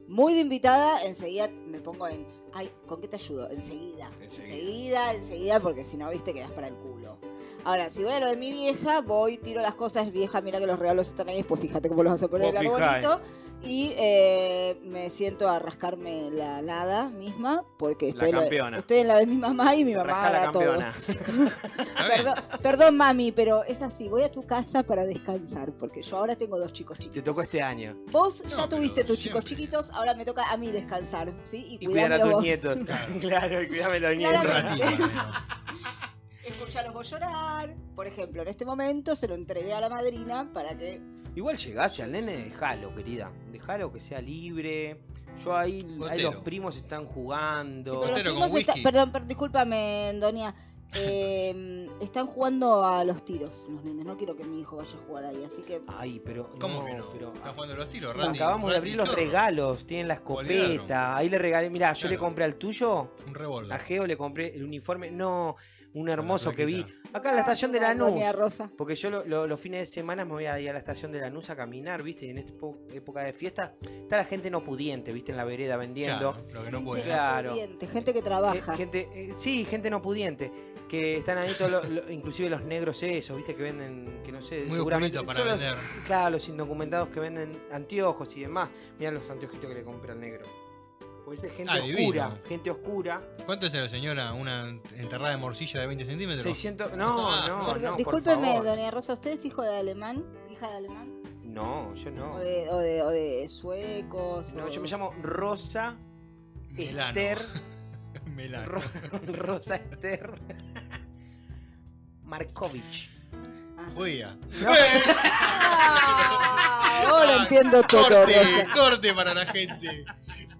Speaker 4: Muy de invitada, enseguida me pongo en, ay, ¿con qué te ayudo? Enseguida.
Speaker 2: Enseguida.
Speaker 4: Enseguida, enseguida, porque si no, viste, quedas para el culo. Ahora, si voy a lo de mi vieja, voy, tiro las cosas, vieja, mira que los regalos están ahí, pues fíjate cómo los vas a poner en
Speaker 2: Vos
Speaker 4: el
Speaker 2: fijá,
Speaker 4: arbolito. Y eh, me siento a rascarme la nada misma, porque estoy, en lo-
Speaker 2: campeona.
Speaker 4: estoy en la de mi mamá y mi mamá
Speaker 2: Rascá la
Speaker 4: hará todo.
Speaker 2: campeona.
Speaker 3: Está bien.
Speaker 4: Perdón, perdón, mami, pero es así, voy a tu casa para descansar, porque yo ahora tengo dos chicos chiquitos.
Speaker 2: Te tocó este año.
Speaker 4: Vos
Speaker 3: No,
Speaker 4: ya tuviste
Speaker 3: pero
Speaker 4: tus chicos
Speaker 3: siempre.
Speaker 4: chiquitos, ahora me toca a mí descansar, ¿sí?
Speaker 2: Y cuidar a
Speaker 4: cuidámelos
Speaker 2: tus
Speaker 4: vos.
Speaker 2: nietos. claro, y cuidame a los
Speaker 4: Claro.
Speaker 2: nietos.
Speaker 3: Ratito, amigo.
Speaker 4: Escucharlos vos llorar. Por ejemplo, en este momento se lo entregué a la madrina para que...
Speaker 2: Igual llegás y al nene, dejalo, querida. Dejalo que sea libre. Yo ahí, ahí
Speaker 3: Gotero.
Speaker 2: los primos están
Speaker 4: Sí,
Speaker 2: jugando.
Speaker 4: pero los
Speaker 3: Pero con
Speaker 4: primos está-
Speaker 3: whisky.
Speaker 4: Perdón, per- discúlpame, Doña. Eh, están jugando a los tiros los nenes. No quiero que mi hijo vaya a jugar ahí, así que.
Speaker 2: Ay, pero.
Speaker 3: ¿Cómo
Speaker 2: no,
Speaker 3: que no?
Speaker 2: pero-
Speaker 3: Está jugando los tiros,
Speaker 2: No,
Speaker 3: Randy.
Speaker 2: acabamos de
Speaker 3: Randy
Speaker 2: abrir los
Speaker 3: Chorro.
Speaker 2: regalos. Tienen la
Speaker 3: Colgaron.
Speaker 2: escopeta. Ahí le regalé. Mirá, yo le
Speaker 3: Claro.
Speaker 2: compré al tuyo.
Speaker 3: Un
Speaker 2: A
Speaker 3: revólver.
Speaker 2: Geo le compré el uniforme. No, un hermoso que vi.
Speaker 3: plaquita.
Speaker 2: Acá en la estación de
Speaker 4: Una
Speaker 2: Lanús.
Speaker 4: Doña Rosa.
Speaker 2: Porque yo lo- lo- los fines de semana me voy a ir a la estación de Lanús a caminar, ¿viste? Y en esta po- época de fiesta está la gente no pudiente, ¿viste? En la vereda vendiendo.
Speaker 3: Claro, lo que no
Speaker 4: Gente
Speaker 3: puede.
Speaker 2: Claro.
Speaker 4: pudiente, gente que
Speaker 2: Eh,
Speaker 4: trabaja.
Speaker 2: Gente, eh, sí, gente no pudiente. Que están ahí todos, los- los- inclusive los negros esos, viste, que venden, que no sé,
Speaker 3: Muy
Speaker 2: seguramente.
Speaker 3: oscurito para
Speaker 2: son los-
Speaker 3: vender.
Speaker 2: claro, los indocumentados que venden anteojos y demás. Mirá los anteojitos que le compré al negro. Pues es gente
Speaker 3: Ah, divino.
Speaker 2: oscura, gente oscura.
Speaker 3: ¿Cuánto es la señora? ¿Una enterrada de morcilla de 20 centímetros?
Speaker 2: 600. No,
Speaker 3: Ah,
Speaker 2: no,
Speaker 4: Perdón,
Speaker 2: no.
Speaker 4: discúlpeme,
Speaker 2: por favor.
Speaker 4: Doña Rosa, ¿usted es hijo de alemán? ¿Hija de alemán?
Speaker 2: No, yo no.
Speaker 4: ¿O de, o de- o de suecos?
Speaker 2: No,
Speaker 4: o-
Speaker 2: yo me llamo Rosa
Speaker 3: Melano.
Speaker 2: Esther.
Speaker 3: Melano.
Speaker 2: Ro- Rosa Esther. Markovich.
Speaker 4: Ah.
Speaker 3: Judía.
Speaker 2: No.
Speaker 4: Ah, Ahora entiendo todo,
Speaker 3: Corte,
Speaker 4: Rosa.
Speaker 3: corte para la gente.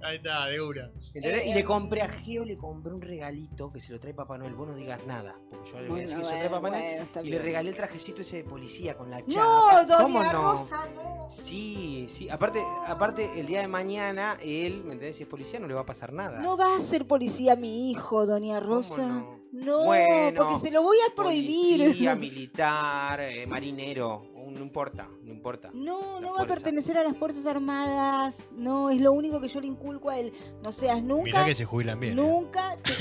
Speaker 3: Ahí está, de una.
Speaker 2: ¿Entendés?
Speaker 4: Eh,
Speaker 2: y le
Speaker 4: eh.
Speaker 2: compré a Geo, le compré un regalito que se lo trae Papá Noel. Vos no digas nada. Porque yo le voy a decir
Speaker 4: Bueno,
Speaker 2: que se lo trae
Speaker 4: bueno,
Speaker 2: Papá Noel.
Speaker 4: bueno, está
Speaker 2: y le
Speaker 4: bien.
Speaker 2: regalé el trajecito ese de policía con la chapa.
Speaker 4: No, Doña
Speaker 2: ¿Cómo no?
Speaker 4: Rosa, no.
Speaker 2: Sí, sí. Aparte, aparte, el día de mañana, él, ¿me entendés? Si es policía, no le va a pasar nada.
Speaker 4: No va a ser policía mi hijo, Doña
Speaker 2: ¿Cómo
Speaker 4: Rosa.
Speaker 2: no?
Speaker 4: No,
Speaker 2: Bueno,
Speaker 4: porque se lo voy a prohibir.
Speaker 2: Policía, militar, eh, marinero. uh, No importa, no importa.
Speaker 4: No,
Speaker 2: La
Speaker 4: no va a
Speaker 2: fuerza.
Speaker 4: pertenecer a las Fuerzas Armadas. No, es lo único que yo le inculco a él. No seas
Speaker 3: Mirá
Speaker 4: nunca,
Speaker 3: que se jubilan bien. ¿eh?
Speaker 4: nunca,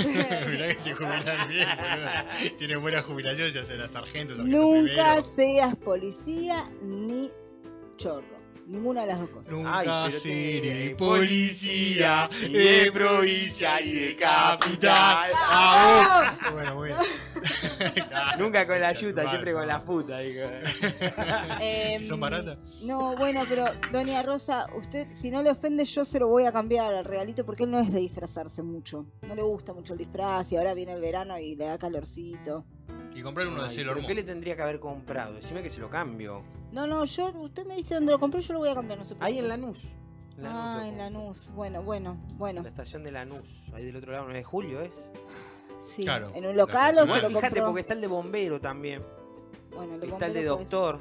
Speaker 3: Mirá que se jubilan bien, boludo. Tienen buena jubilación, ya será sargento, sargento
Speaker 4: nunca
Speaker 3: primero.
Speaker 4: seas policía ni chorro. Ninguna de las dos cosas.
Speaker 3: Nunca
Speaker 2: Ay, pero
Speaker 3: seré
Speaker 2: tiene-
Speaker 3: policía de provincia y de capital. Ah,
Speaker 4: ¡Ah!
Speaker 3: vos. Bueno, bueno.
Speaker 2: Nunca con la ayuda, siempre con la puta, digo.
Speaker 4: Em,
Speaker 3: ¿Son baratas?
Speaker 4: No, bueno, pero Doña Rosa, usted si no le ofende yo se lo voy a cambiar al regalito porque él no es de disfrazarse mucho. No le gusta mucho el disfraz y ahora viene el verano y le da calorcito.
Speaker 3: Y comprar uno de
Speaker 2: Ay,
Speaker 3: Sailor
Speaker 2: ¿pero ¿Qué
Speaker 3: Moon.
Speaker 2: le tendría que haber comprado? Decime que se lo cambio.
Speaker 4: No, no, yo, usted me dice dónde lo compré, yo lo voy a cambiar, no se preocupe.
Speaker 2: Ahí en Lanús. En Lanús
Speaker 4: Ah,
Speaker 2: lo
Speaker 4: en
Speaker 2: compro.
Speaker 4: Lanús. Bueno, bueno, bueno.
Speaker 2: La estación de Lanús. Ahí del otro lado, 9 de julio es.
Speaker 4: Sí,
Speaker 3: Claro.
Speaker 4: en un local o se
Speaker 2: Igual,
Speaker 4: lo
Speaker 2: fíjate,
Speaker 4: compró.
Speaker 2: porque está el de bombero también.
Speaker 4: Bueno, lo
Speaker 2: Está
Speaker 4: compré,
Speaker 2: el de
Speaker 4: lo puedes-
Speaker 2: doctor.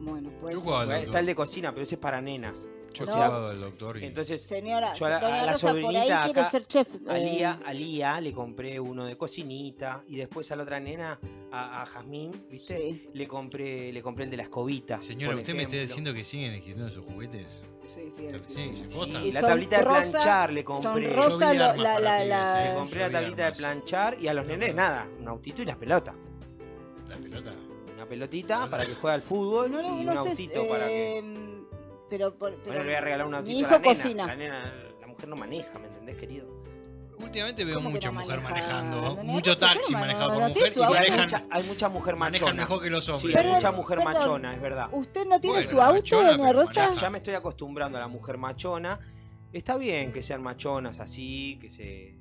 Speaker 4: Bueno, pues.
Speaker 3: Yo jugaba al
Speaker 2: Está
Speaker 3: doctor.
Speaker 2: el de cocina, pero ese es para nenas. O
Speaker 3: Yo he
Speaker 4: No.
Speaker 2: sea,
Speaker 3: probado al doctor y.
Speaker 2: entonces,
Speaker 4: Señora,
Speaker 2: Yo a la-
Speaker 4: doña
Speaker 2: a la
Speaker 4: Rosa por ahí
Speaker 2: sobrinita
Speaker 4: quiere
Speaker 2: acá,
Speaker 4: ser chef. eh,
Speaker 2: a Lía, a Lía le compré uno de cocinita y después a la otra nena, a, a Jazmín, ¿viste?
Speaker 4: sí,
Speaker 2: Le compré, le compré el de la escobita.
Speaker 3: Señora,
Speaker 2: por
Speaker 3: ¿usted me está
Speaker 2: ejemplo.
Speaker 3: diciendo que siguen existiendo esos juguetes?
Speaker 4: sí, sí,
Speaker 3: Claro que sí,
Speaker 4: sí.
Speaker 3: sí,
Speaker 2: Sí,
Speaker 3: posta.
Speaker 4: Y
Speaker 2: la
Speaker 4: son
Speaker 2: tablita de
Speaker 4: rosa-
Speaker 2: planchar le
Speaker 4: son
Speaker 2: compré.
Speaker 3: Yo vi
Speaker 4: rosa lo-
Speaker 3: armas
Speaker 4: la-
Speaker 3: para
Speaker 4: la-
Speaker 3: pibes,
Speaker 4: la-
Speaker 3: ¿eh?
Speaker 2: Le
Speaker 3: Yo
Speaker 2: compré la
Speaker 3: vi
Speaker 2: tablita de
Speaker 3: armas.
Speaker 2: planchar y a los nenes nada, un autito y las pelotas.
Speaker 3: La pelota.
Speaker 2: Una pelotita para que juegue al fútbol
Speaker 4: No, no,
Speaker 2: y
Speaker 4: no
Speaker 2: un
Speaker 4: sé,
Speaker 2: autito para que.
Speaker 4: em, Pero, por- pero
Speaker 2: Bueno, le voy a regalar un autito
Speaker 4: Mi
Speaker 2: a la
Speaker 4: hijo
Speaker 2: nena.
Speaker 4: cocina.
Speaker 2: La nena, la mujer no maneja, ¿me entendés, querido?
Speaker 3: Últimamente veo
Speaker 4: ¿Cómo que
Speaker 3: mucha
Speaker 4: no
Speaker 3: mujer
Speaker 4: maneja?
Speaker 3: manejando,
Speaker 4: Doña
Speaker 3: mucho
Speaker 4: Rosa,
Speaker 3: taxi
Speaker 4: hermano,
Speaker 3: manejado por
Speaker 4: no tiene
Speaker 3: mujeres
Speaker 4: su
Speaker 3: y
Speaker 4: auto.
Speaker 2: hay,
Speaker 3: manejan,
Speaker 2: mucha, hay mucha mujer
Speaker 3: manejan
Speaker 2: machona.
Speaker 3: mejor que los
Speaker 2: Sí,
Speaker 3: hombres.
Speaker 2: hay
Speaker 4: Perdón,
Speaker 2: mucha mujer
Speaker 4: perdón.
Speaker 2: machona, es verdad.
Speaker 4: ¿Usted no tiene
Speaker 3: Bueno,
Speaker 4: su auto,
Speaker 3: machona,
Speaker 4: doña
Speaker 3: pero
Speaker 4: Rosa?
Speaker 2: Ya,
Speaker 3: Ajá.
Speaker 2: ya me estoy acostumbrando a la mujer machona. Está bien que sean machonas así, que se.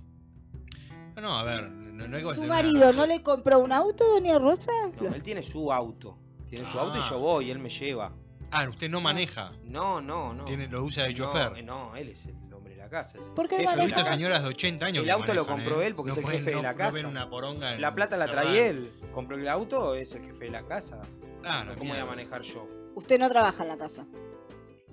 Speaker 3: No, no, a ver, no, no hay que
Speaker 4: ¿Su
Speaker 3: hacer
Speaker 4: marido
Speaker 3: una-
Speaker 4: no le compró un auto, doña Rosa?
Speaker 2: No, él tiene su auto. Tiene su auto y
Speaker 3: Ah.
Speaker 2: yo voy, él me lleva.
Speaker 3: Ah, usted no maneja.
Speaker 2: No, no, no.
Speaker 3: Tiene, lo usa de
Speaker 2: no,
Speaker 3: chofer.
Speaker 2: eh, no, él es el hombre de la casa. es el
Speaker 4: ¿Por qué
Speaker 2: jefe
Speaker 3: Yo he
Speaker 2: de
Speaker 4: maneja?
Speaker 3: visto
Speaker 2: la casa.
Speaker 3: señoras de 80 años.
Speaker 2: El
Speaker 3: que
Speaker 2: auto lo
Speaker 3: manejan,
Speaker 2: compró
Speaker 3: ¿eh?
Speaker 2: él porque
Speaker 3: No
Speaker 2: es el
Speaker 3: pueden-
Speaker 2: jefe de
Speaker 3: no-
Speaker 2: la
Speaker 3: no
Speaker 2: casa.
Speaker 3: ven una poronga en
Speaker 2: La plata la
Speaker 3: Serrano.
Speaker 2: trae él. Compró el auto, es el jefe de la casa.
Speaker 3: Ah, la
Speaker 2: ¿Cómo voy
Speaker 3: mierda.
Speaker 2: a manejar yo?
Speaker 4: Usted no trabaja en la casa.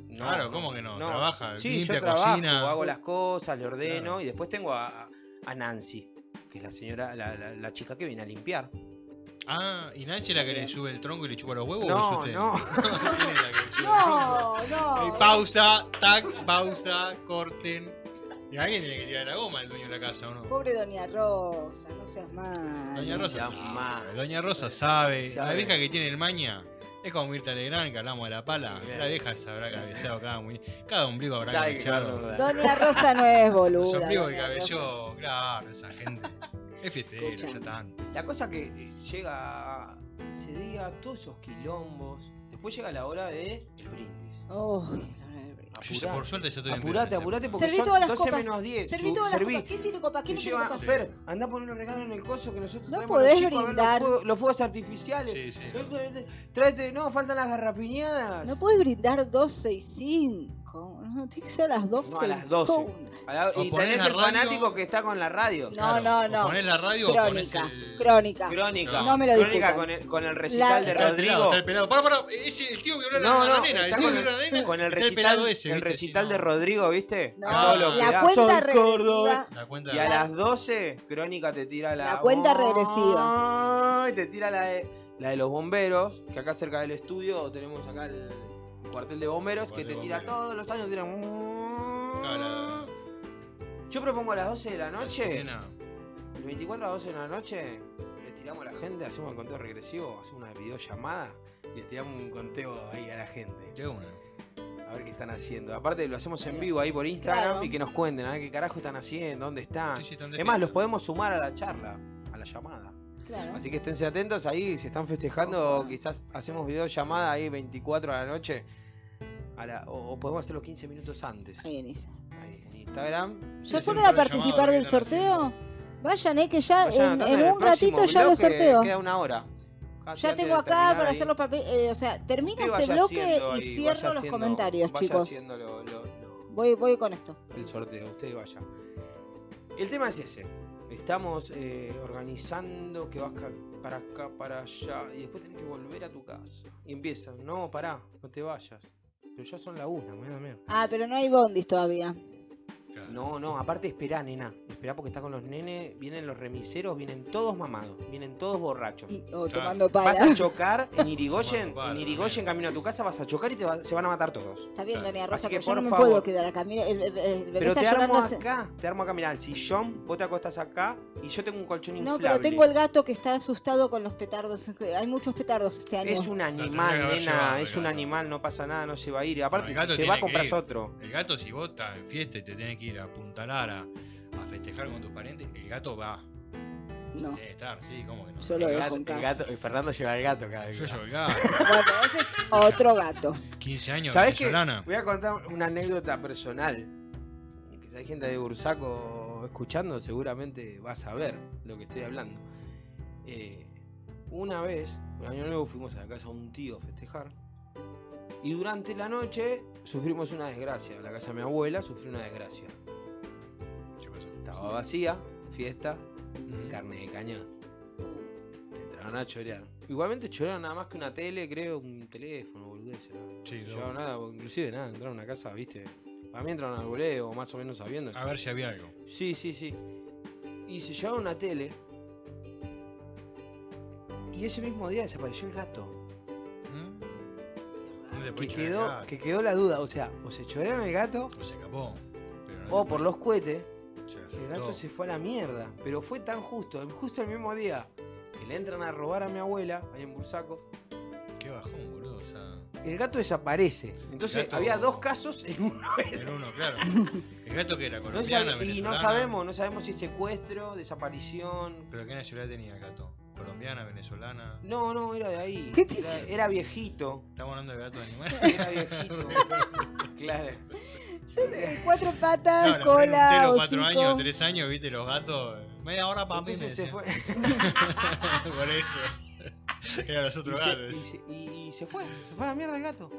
Speaker 2: No,
Speaker 3: Claro, ¿cómo que no? Trabaja,
Speaker 2: Sí,
Speaker 3: limpia,
Speaker 2: yo trabajo,
Speaker 3: cocina.
Speaker 2: hago las cosas, le ordeno.
Speaker 3: Claro.
Speaker 2: Y después tengo a, a Nancy, que es la señora, la, la- la chica que viene a limpiar.
Speaker 3: Uh, Ah, ¿y Nancy es la que le sube el tronco y le chupa los huevos?
Speaker 2: No,
Speaker 3: o es usted?
Speaker 2: no.
Speaker 3: ¿Quién es la que le sube el
Speaker 4: No,
Speaker 3: tronco?
Speaker 4: no.
Speaker 3: Eh, pausa, tac, pausa, corten. Y alguien tiene que tirar la goma el dueño de la casa, ¿o no?
Speaker 4: Pobre doña Rosa, no seas mal.
Speaker 3: Doña Rosa
Speaker 2: sea
Speaker 3: sabe.
Speaker 2: mal.
Speaker 3: Doña Rosa sabe. La
Speaker 2: Sabe.
Speaker 3: vieja que tiene el maña. Es como Mirta Legrand, que hablamos de la pala.
Speaker 2: Bien.
Speaker 3: La vieja sabrá cabeceado cada muñe- Cada ombligo habrá
Speaker 2: Sabe que
Speaker 3: cabeceado.
Speaker 2: Carlos-
Speaker 4: Doña Rosa no es
Speaker 3: Los
Speaker 4: boluda.
Speaker 3: ombligos que
Speaker 4: doña Rosa.
Speaker 3: cabelló, claro, esa gente. Es fiestera,
Speaker 4: Escuchame.
Speaker 3: ya están.
Speaker 2: La cosa que eh, llega ese día, todos esos quilombos. Después llega la hora de el brindis.
Speaker 4: Uy, la verdad.
Speaker 3: Yo ya,
Speaker 2: Apurá.
Speaker 3: por suerte ya estoy en
Speaker 2: Apurate,
Speaker 3: Vélez,
Speaker 2: apurate
Speaker 3: ¿eh?
Speaker 2: porque
Speaker 4: Serví
Speaker 2: son
Speaker 4: todas las
Speaker 2: 12
Speaker 4: copas.
Speaker 2: menos 10.
Speaker 4: Serví
Speaker 2: Eh, Su-
Speaker 4: todas las
Speaker 2: serví.
Speaker 4: copas. ¿Quién tiene copa? ¿Quién
Speaker 2: Te
Speaker 4: no tiene
Speaker 2: lleva-
Speaker 4: copa?
Speaker 3: Sí.
Speaker 2: Fer, anda a poner los regalos en el coso que nosotros
Speaker 4: No
Speaker 2: traemos a los
Speaker 4: podés
Speaker 2: chicos a ver
Speaker 4: brindar.
Speaker 2: Los fuegos, los fuegos artificiales.
Speaker 3: Sí, sí.
Speaker 2: Eh, eh, Tráete, no, faltan las garrapiñadas.
Speaker 4: No puedes brindar 12 y 5. No, tiene que ser a las 12.
Speaker 2: No, a las 12.
Speaker 4: Punto.
Speaker 2: Al lado-
Speaker 3: O
Speaker 2: y
Speaker 3: ponés
Speaker 2: tenés
Speaker 3: la
Speaker 2: el
Speaker 3: radio.
Speaker 2: fanático que está con la radio.
Speaker 4: No, no,
Speaker 3: o
Speaker 4: no.
Speaker 3: Ponés la radio o ponés
Speaker 4: Crónica,
Speaker 3: el.
Speaker 4: crónica.
Speaker 2: Crónica.
Speaker 4: No me lo
Speaker 2: Crónica
Speaker 4: discutan.
Speaker 2: con el, con el recital
Speaker 4: La-
Speaker 2: de
Speaker 3: Está el pelado,
Speaker 2: Rodrigo.
Speaker 3: está el pelado. Pará, pará. Ese, el tío que viola
Speaker 2: No,
Speaker 3: a la
Speaker 2: no,
Speaker 3: nena. El
Speaker 2: está
Speaker 3: tío
Speaker 2: con
Speaker 3: que viola a
Speaker 2: el,
Speaker 3: la nena.
Speaker 2: con el
Speaker 3: Está
Speaker 2: recital,
Speaker 3: pelado ese,
Speaker 2: el
Speaker 3: viste,
Speaker 2: recital
Speaker 3: si
Speaker 2: de
Speaker 3: no-
Speaker 2: Rodrigo, ¿viste?
Speaker 4: No,
Speaker 2: A todo lo que
Speaker 4: la
Speaker 2: da.
Speaker 4: cuenta
Speaker 2: Soy
Speaker 4: regresiva.
Speaker 2: cordobés.
Speaker 3: La cuenta
Speaker 2: Y a las 12, Crónica te tira la.
Speaker 4: La cuenta regresiva.
Speaker 2: Ay, te tira la de, la de los bomberos, que acá cerca del estudio tenemos acá el cuartel de bomberos,
Speaker 3: Cuartel
Speaker 2: que te
Speaker 3: de
Speaker 2: tira
Speaker 3: bomberos.
Speaker 2: todos los años. Tira...
Speaker 3: Claro.
Speaker 2: Yo propongo a las 12 de la
Speaker 3: la
Speaker 2: noche,
Speaker 3: sirena.
Speaker 2: el 24 a las 12 de la noche, le tiramos a la gente, hacemos el conteo regresivo, hacemos una videollamada y le tiramos un conteo ahí a la gente.
Speaker 3: De una.
Speaker 2: A ver qué están haciendo. Aparte, lo hacemos en vivo ahí por Instagram
Speaker 4: Claro.
Speaker 2: y que nos cuenten, a ver qué carajo están haciendo, dónde están.
Speaker 3: Sí, sí, están de
Speaker 2: Ah, Es más,
Speaker 3: fiesta.
Speaker 2: los podemos sumar a la charla, a la llamada.
Speaker 4: Claro.
Speaker 2: Así que esténse atentos ahí, si están festejando,
Speaker 4: Ojo.
Speaker 2: quizás hacemos videollamada ahí 24 a la noche. a la- o, o podemos hacerlo 15 minutos antes.
Speaker 4: Ahí en esa.
Speaker 2: Ahí en Instagram.
Speaker 4: ¿Ya
Speaker 3: Es
Speaker 4: fueron
Speaker 3: un
Speaker 4: a
Speaker 3: llamado
Speaker 4: participar
Speaker 3: que
Speaker 4: del
Speaker 3: están haciendo.
Speaker 4: sorteo? Vayan, eh, que ya
Speaker 2: Vayan
Speaker 4: en,
Speaker 2: anotando
Speaker 4: en
Speaker 2: el
Speaker 4: un
Speaker 2: próximo
Speaker 4: ratito ya lo
Speaker 2: bloque,
Speaker 4: sorteo.
Speaker 2: Queda una hora. Casi
Speaker 4: Ya
Speaker 2: antes
Speaker 4: tengo
Speaker 2: de
Speaker 4: acá
Speaker 2: terminar
Speaker 4: para
Speaker 2: ahí.
Speaker 4: hacer los papeles. eh, o sea, termina
Speaker 2: Usted
Speaker 4: este
Speaker 2: vaya
Speaker 4: bloque
Speaker 2: haciendo
Speaker 4: y
Speaker 2: ahí,
Speaker 4: cierro
Speaker 2: vaya
Speaker 4: los
Speaker 2: haciendo-
Speaker 4: comentarios,
Speaker 2: vaya
Speaker 4: chicos.
Speaker 2: haciendo lo- lo- lo-
Speaker 4: Voy, voy con esto.
Speaker 2: el sorteo, usted vaya. El tema es ese. Estamos eh, organizando que vas ca- para acá, para allá, y después tenés que volver a tu casa. Y empiezan, no, pará, no te vayas. Pero ya son la una, me da miedo.
Speaker 4: Ah, pero no hay bondis todavía.
Speaker 3: Claro.
Speaker 2: No, no, aparte esperá, nena. Esperá porque está con los nenes, vienen los remiseros, vienen todos mamados, vienen todos borrachos.
Speaker 3: Claro.
Speaker 4: O tomando
Speaker 2: Vas a
Speaker 4: pala.
Speaker 2: chocar en Irigoyen,
Speaker 3: Tomando palo,
Speaker 2: en Irigoyen
Speaker 3: nena.
Speaker 2: camino a tu casa, vas a chocar y te va- se van a matar todos.
Speaker 4: Está bien,
Speaker 3: Claro.
Speaker 4: doña Rosa,
Speaker 2: Así que,
Speaker 4: pero yo
Speaker 2: por
Speaker 4: no me
Speaker 2: favor.
Speaker 4: puedo quedar acá. Mira, el, el- el bebé
Speaker 2: Pero
Speaker 4: está
Speaker 2: te armo
Speaker 4: llorando. hace-
Speaker 2: acá, te armo acá, mirá, el sillón, vos te acostás acá y yo tengo un colchón
Speaker 4: No,
Speaker 2: inflable.
Speaker 4: pero tengo el gato que está asustado con los petardos. Hay muchos petardos este año.
Speaker 2: Es un
Speaker 3: tendría que
Speaker 2: animal,
Speaker 3: haber
Speaker 2: nena,
Speaker 3: llevado el
Speaker 2: es un
Speaker 3: gato.
Speaker 2: animal, no pasa nada, no se va a ir. Aparte,
Speaker 3: el gato
Speaker 2: si se
Speaker 3: tiene
Speaker 2: va,
Speaker 3: que
Speaker 2: compras
Speaker 3: ir.
Speaker 2: otro.
Speaker 3: El gato, si vos estás en fiesta y te tenés que ir a apuntalar a, a festejar con tus parientes, el gato va.
Speaker 4: No.
Speaker 3: Debe estar, sí, ¿cómo que no?
Speaker 4: Yo lo
Speaker 2: el
Speaker 4: veo
Speaker 2: gato,
Speaker 4: con
Speaker 2: el
Speaker 4: cara.
Speaker 2: gato- el Fernando lleva al gato cada vez.
Speaker 3: Yo llevo el gato.
Speaker 4: Bueno, ese es otro gato.
Speaker 3: 15 años,
Speaker 2: ¿Sabes qué?
Speaker 3: venezolana.
Speaker 2: Voy a contar una anécdota personal. Que si hay gente de Bursaco escuchando, seguramente va a saber lo que estoy hablando. Eh, una vez, un año nuevo, fuimos a la casa de un tío a festejar. Y durante la noche sufrimos una desgracia. La casa de mi abuela sufrió una desgracia.
Speaker 3: ¿Qué pasó?
Speaker 2: Estaba vacía, fiesta,
Speaker 3: Ujú.
Speaker 2: carne de cañón. Entraron a chorear. Igualmente choraron nada más que una tele, creo, un teléfono, boludez. No,
Speaker 3: Sí,
Speaker 2: se
Speaker 3: no.
Speaker 2: llevaron nada, porque inclusive nada, entraron a una casa, viste. Para mí entraron al voleo, más o menos sabiendo.
Speaker 3: A ver si había algo.
Speaker 2: Sí, sí, sí. Y se llevaron una tele. Y ese mismo día desapareció el gato.
Speaker 3: ¿Mm? No se
Speaker 2: Que
Speaker 3: puede chorar
Speaker 2: quedó,
Speaker 3: nada.
Speaker 2: que quedó la duda, o sea, o se choraron el gato,
Speaker 3: O se escapó. pero no
Speaker 2: o
Speaker 3: se
Speaker 2: Oh, por
Speaker 3: puede-
Speaker 2: los cohetes,
Speaker 3: se asustó.
Speaker 2: el gato se fue a la mierda. Pero fue tan justo, justo el mismo día que le entran a robar a mi abuela, ahí en Bursaco,
Speaker 3: Qué bajón, boludo. O sea,
Speaker 2: el gato desaparece. Entonces
Speaker 3: Gato-
Speaker 2: había dos casos en uno.
Speaker 3: en uno, claro. El gato que era
Speaker 2: No
Speaker 3: colombiana,
Speaker 2: sabe- y no
Speaker 3: venezolana.
Speaker 2: sabemos, no sabemos si secuestro, desaparición.
Speaker 3: ¿Pero qué nacionalidad tenía el gato? ¿Colombiana, venezolana?
Speaker 2: No, no, era de ahí.
Speaker 4: ¿Qué te-
Speaker 2: Era, era viejito.
Speaker 3: ¿Estamos hablando de gato de animal?
Speaker 2: Era viejito. claro. Eh,
Speaker 4: Yo de cuatro patas,
Speaker 3: Claro,
Speaker 4: cola,
Speaker 3: preguntero,
Speaker 4: hocico.
Speaker 3: cuatro años, tres años, viste, los gatos. Media hora papi. me
Speaker 2: Entonces se
Speaker 3: decían.
Speaker 2: fue.
Speaker 3: Por eso. Eran los
Speaker 2: Y
Speaker 3: otros
Speaker 2: se, y
Speaker 3: gatos.
Speaker 2: se- y- y se fue. Se fue a la mierda el gato.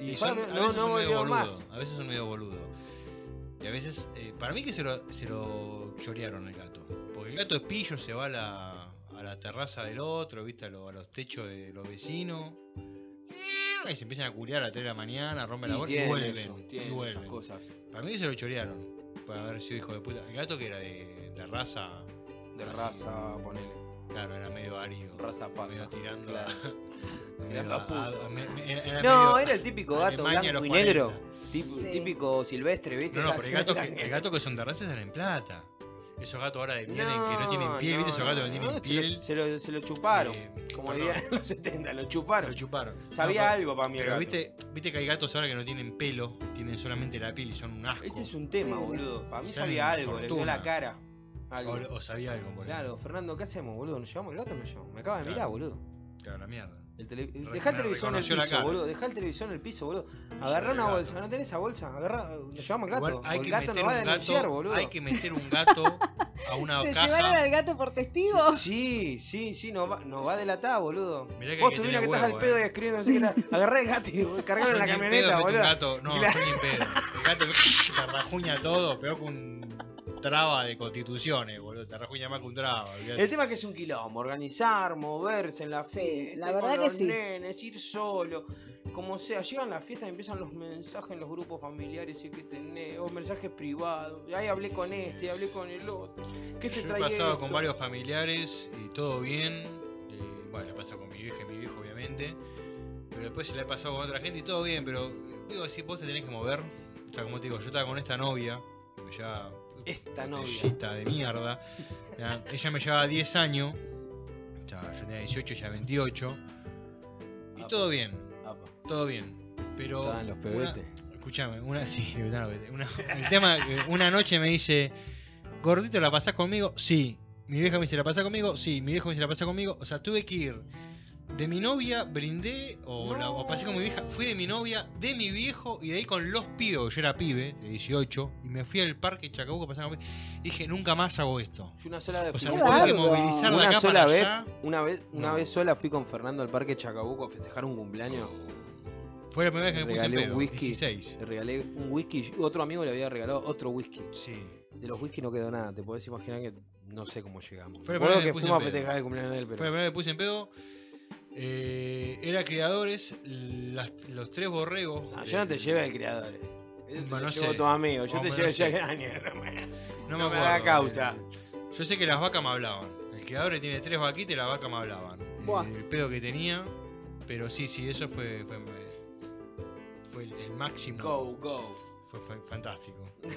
Speaker 3: Y
Speaker 2: se fue,
Speaker 3: son-
Speaker 2: no-
Speaker 3: a
Speaker 2: no
Speaker 3: veces son medio
Speaker 2: volvió
Speaker 3: boludo,
Speaker 2: más.
Speaker 3: A veces son medio boludo. Y a veces, eh, para mí que se lo, se lo chorearon al gato. Porque el gato es pillo, se va a la, a la terraza del otro, viste, a, lo- a los techos de los vecinos. Eh, Y se empiezan a culiar a las 3 de la mañana, rompen la
Speaker 2: Y
Speaker 3: bola y
Speaker 2: tiene
Speaker 3: vuelven.
Speaker 2: eso,
Speaker 3: y
Speaker 2: tiene esas
Speaker 3: vuelven.
Speaker 2: cosas.
Speaker 3: Para mí que se lo chorearon. Para haber sido hijo de puta. El gato que era de, de raza,
Speaker 2: De
Speaker 3: Así.
Speaker 2: raza, ponele.
Speaker 3: claro, era medio árido.
Speaker 2: Raza
Speaker 3: medio
Speaker 2: pasa.
Speaker 3: tirando
Speaker 2: claro.
Speaker 3: a.
Speaker 2: Tirando a puto.
Speaker 3: me- me- era
Speaker 2: No,
Speaker 3: medio-
Speaker 2: era el típico gato
Speaker 3: Alemania,
Speaker 2: blanco y
Speaker 3: los 40.
Speaker 2: negro. Tipo-
Speaker 4: Sí.
Speaker 2: Típico silvestre, ¿viste?
Speaker 3: No, no, pero el gato, que, el
Speaker 2: Era-
Speaker 3: gato que son de raza están en plata. Esos gatos ahora de vienen que no tienen piel, ¿viste? Esos gatos que no tienen
Speaker 2: no, se lo-
Speaker 3: piel.
Speaker 2: Se lo, se lo chuparon.
Speaker 3: eh,
Speaker 2: como
Speaker 3: no,
Speaker 2: dirían
Speaker 3: no,
Speaker 2: los 70, lo
Speaker 3: Lo
Speaker 2: chuparon.
Speaker 3: chuparon.
Speaker 2: Sabía
Speaker 3: No, pero-
Speaker 2: algo para mí el
Speaker 3: Pero
Speaker 2: gato.
Speaker 3: viste, viste que hay gatos ahora que no tienen pelo, tienen solamente la piel y son un asco.
Speaker 2: Ese es un tema,
Speaker 4: Sí,
Speaker 2: boludo. Para mí
Speaker 3: Y
Speaker 2: sabía
Speaker 3: salen
Speaker 2: algo, le
Speaker 3: fortuna.
Speaker 2: dio la cara. Algo.
Speaker 3: o, o sabía algo, por
Speaker 2: Claro, Fernando, ¿qué hacemos, boludo? ¿Nos llevamos el gato o no nos llevamos? Me acaba de
Speaker 3: Claro.
Speaker 2: mirar, boludo.
Speaker 3: ejemplo. Claro, la mierda.
Speaker 2: El tele-
Speaker 3: Re-
Speaker 2: Dejá el
Speaker 3: me
Speaker 2: televisor en el
Speaker 3: reconoció la
Speaker 2: piso,
Speaker 3: cara.
Speaker 2: boludo. Dejá el televisor en el piso, boludo.
Speaker 3: Piso
Speaker 2: Agarrá
Speaker 3: del
Speaker 2: una
Speaker 3: gato.
Speaker 2: bolsa, no tenés esa bolsa. Agarrá, nos llevamos al
Speaker 3: Igual
Speaker 2: gato.
Speaker 3: hay
Speaker 2: o el
Speaker 3: que
Speaker 2: gato
Speaker 3: meter
Speaker 2: nos va a
Speaker 3: un gato,
Speaker 2: denunciar, boludo.
Speaker 3: Hay que meter un gato a una
Speaker 4: ¿Se llevaron
Speaker 3: caja.
Speaker 4: al gato por testigo?
Speaker 2: Sí, sí, sí, nos va, nos va a delatar, boludo.
Speaker 3: Mirá que hay
Speaker 2: Vos,
Speaker 3: que
Speaker 2: Turina, que
Speaker 3: tener
Speaker 2: estás al
Speaker 3: huevo,
Speaker 2: pedo
Speaker 3: eh.
Speaker 2: y escribiendo, no sé qué tal. Agarrá el gato y cargalo en
Speaker 3: Yo
Speaker 2: la
Speaker 3: ni en
Speaker 2: camioneta,
Speaker 3: pedo meto
Speaker 2: boludo.
Speaker 3: un gato. No,
Speaker 2: Claro.
Speaker 3: yo ni en pedo. El gato te rajuña todo, peor que un traba de constituciones, boludo. Te rajuña más que un traba. olvidate.
Speaker 2: El tema es que es un quilombo, organizar, moverse en la
Speaker 4: Sí,
Speaker 2: fiesta,
Speaker 4: la
Speaker 2: ir
Speaker 4: verdad
Speaker 2: con
Speaker 4: que
Speaker 2: los
Speaker 4: sí.
Speaker 2: nenes, ir solo, como sea, llegan las fiestas y empiezan los mensajes en los grupos familiares y que tenés, o mensajes privados, ahí hablé con este, y hablé con el otro, ¿qué te
Speaker 3: Yo he
Speaker 2: trae
Speaker 3: pasado
Speaker 2: esto?
Speaker 3: con varios familiares y todo bien. y, bueno, le he pasado con mi vieja y mi viejo, obviamente. Pero después se la he pasado con otra gente y todo bien. Pero digo, si vos te tenés que mover. O sea, como te digo, yo estaba con esta novia. que me llevaba
Speaker 2: Esta novia.
Speaker 3: botellita de mierda. Ya, ella me llevaba 10 años. O sea, yo tenía 18, ella 28. Y
Speaker 2: Apa.
Speaker 3: todo bien, todo bien. Pero. una- Escuchame, una, sí, me gustaban los pebetes. Una- el tema, eh, una noche me dice, gordito, ¿la pasás conmigo? Sí. Mi vieja me dice, ¿la pasás conmigo? Sí. Mi viejo me dice, ¿la pasás conmigo? O sea, tuve que ir de mi novia, brindé, o, la- o pasé con mi vieja, fui de mi novia, de mi viejo, y de ahí con los pibes, porque yo era pibe, de 18, y me fui al parque Chacabuco a pasar con y dije, nunca más hago esto.
Speaker 2: Yo una sola vez
Speaker 3: O sea,
Speaker 2: fui
Speaker 3: me
Speaker 4: Qué
Speaker 2: con-
Speaker 3: tuve que
Speaker 4: bárbaro.
Speaker 3: movilizar de
Speaker 2: una
Speaker 3: acá
Speaker 2: sola
Speaker 3: para
Speaker 2: vez,
Speaker 3: allá.
Speaker 2: una vez, una
Speaker 3: No.
Speaker 2: vez sola fui con Fernando al Parque Chacabuco a festejar un cumpleaños.
Speaker 3: Fue la primera vez que me puse en
Speaker 2: Regalé un
Speaker 3: pedo,
Speaker 2: whisky.
Speaker 3: 16.
Speaker 2: Le regalé un whisky, otro amigo le había regalado otro whisky.
Speaker 3: Sí.
Speaker 2: De los whisky no quedó nada, te podés imaginar que no sé cómo llegamos.
Speaker 3: Fue la
Speaker 2: Recuerdo
Speaker 3: primera
Speaker 2: que
Speaker 3: que puse
Speaker 2: fuimos a
Speaker 3: en pedo.
Speaker 2: festejar el cumpleaños de él,
Speaker 3: Fue la
Speaker 2: pero.
Speaker 3: primera vez que puse en pedo. Eh, era criadores, las- los tres borregos.
Speaker 2: No,
Speaker 3: de-
Speaker 2: Ah, yo no te llevé al criador. eh. Yo te
Speaker 3: Bueno, no
Speaker 2: llevo a
Speaker 3: sé.
Speaker 2: tu amigo, yo
Speaker 3: Más
Speaker 2: te
Speaker 3: o menos
Speaker 2: llevo
Speaker 3: sé.
Speaker 2: ya Daniel. no me-
Speaker 3: No
Speaker 2: no me
Speaker 3: acuerdo.
Speaker 2: da causa.
Speaker 3: Yo sé que las vacas me hablaban. El criador tiene tres vaquitas y las vacas me hablaban.
Speaker 4: Buah.
Speaker 3: El pedo que tenía. Pero sí, sí, eso fue. Fue, fue el, el máximo.
Speaker 2: Go, go.
Speaker 3: Fue, fue fantástico. Sí,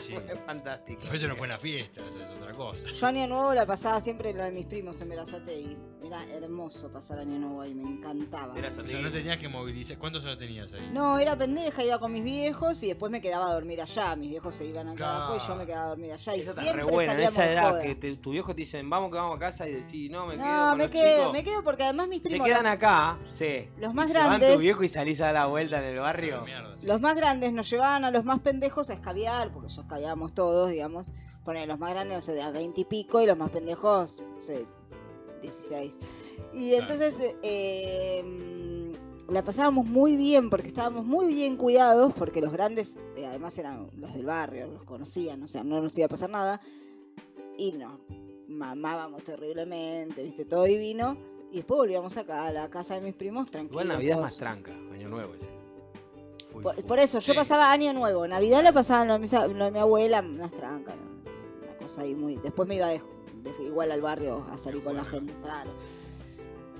Speaker 3: sí.
Speaker 2: Es fantástico.
Speaker 3: Pero eso no fue una fiesta, eso es otra cosa.
Speaker 4: Yo año nuevo la pasaba siempre en la de mis primos en Verazate y era hermoso pasar año nuevo ahí, me encantaba.
Speaker 2: Era
Speaker 3: O sea,
Speaker 2: satélite.
Speaker 3: no tenías que movilizar. ¿Cuántos años tenías ahí?
Speaker 4: No, era pendeja, iba con mis viejos y después me quedaba a dormir allá. Mis viejos se iban acá
Speaker 3: Claro.
Speaker 4: abajo y yo me quedaba a dormir allá. Y
Speaker 2: Esa está
Speaker 4: siempre
Speaker 2: re buena, en
Speaker 4: salíamos
Speaker 2: esa
Speaker 4: de
Speaker 2: edad
Speaker 4: joda.
Speaker 2: que te- tu viejo te dicen, vamos que vamos a casa y decís, no, me quedo
Speaker 4: No,
Speaker 2: con
Speaker 4: me
Speaker 2: los
Speaker 4: quedo,
Speaker 2: chicos.
Speaker 4: me quedo porque además mis
Speaker 2: Se
Speaker 4: primos,
Speaker 2: quedan acá, sí.
Speaker 4: los más
Speaker 2: Y Se van tu
Speaker 4: grandes,
Speaker 2: viejo y salís a dar la vuelta en el
Speaker 3: Ah,
Speaker 2: barrio.
Speaker 3: mierda, sí.
Speaker 4: los más grandes nos llevaban a los más pendejos a escabiar, porque ya escabiábamos todos, digamos. Poner los más grandes, no sé, de a 20 y pico y los más pendejos, no sé, 16. Y
Speaker 3: Claro.
Speaker 4: entonces eh, eh, la pasábamos muy bien porque estábamos muy bien cuidados, porque los grandes eh, además eran los del barrio, los conocían, o sea, no nos iba a pasar nada. Y no, mamábamos terriblemente, viste, todo divino. Y después volvíamos acá a la casa de mis primos tranquilos.
Speaker 2: Igual Navidad es
Speaker 4: todos.
Speaker 2: más tranca, Año Nuevo ese. Full,
Speaker 4: Por,
Speaker 2: full.
Speaker 4: por eso, yo
Speaker 3: Sí.
Speaker 4: pasaba año nuevo. Navidad la pasaba en lo de, mis a- lo de mi abuela, unas trancas. ¿no? Una cosa ahí muy. Después me iba de- de- igual al barrio a salir con la gente. Claro.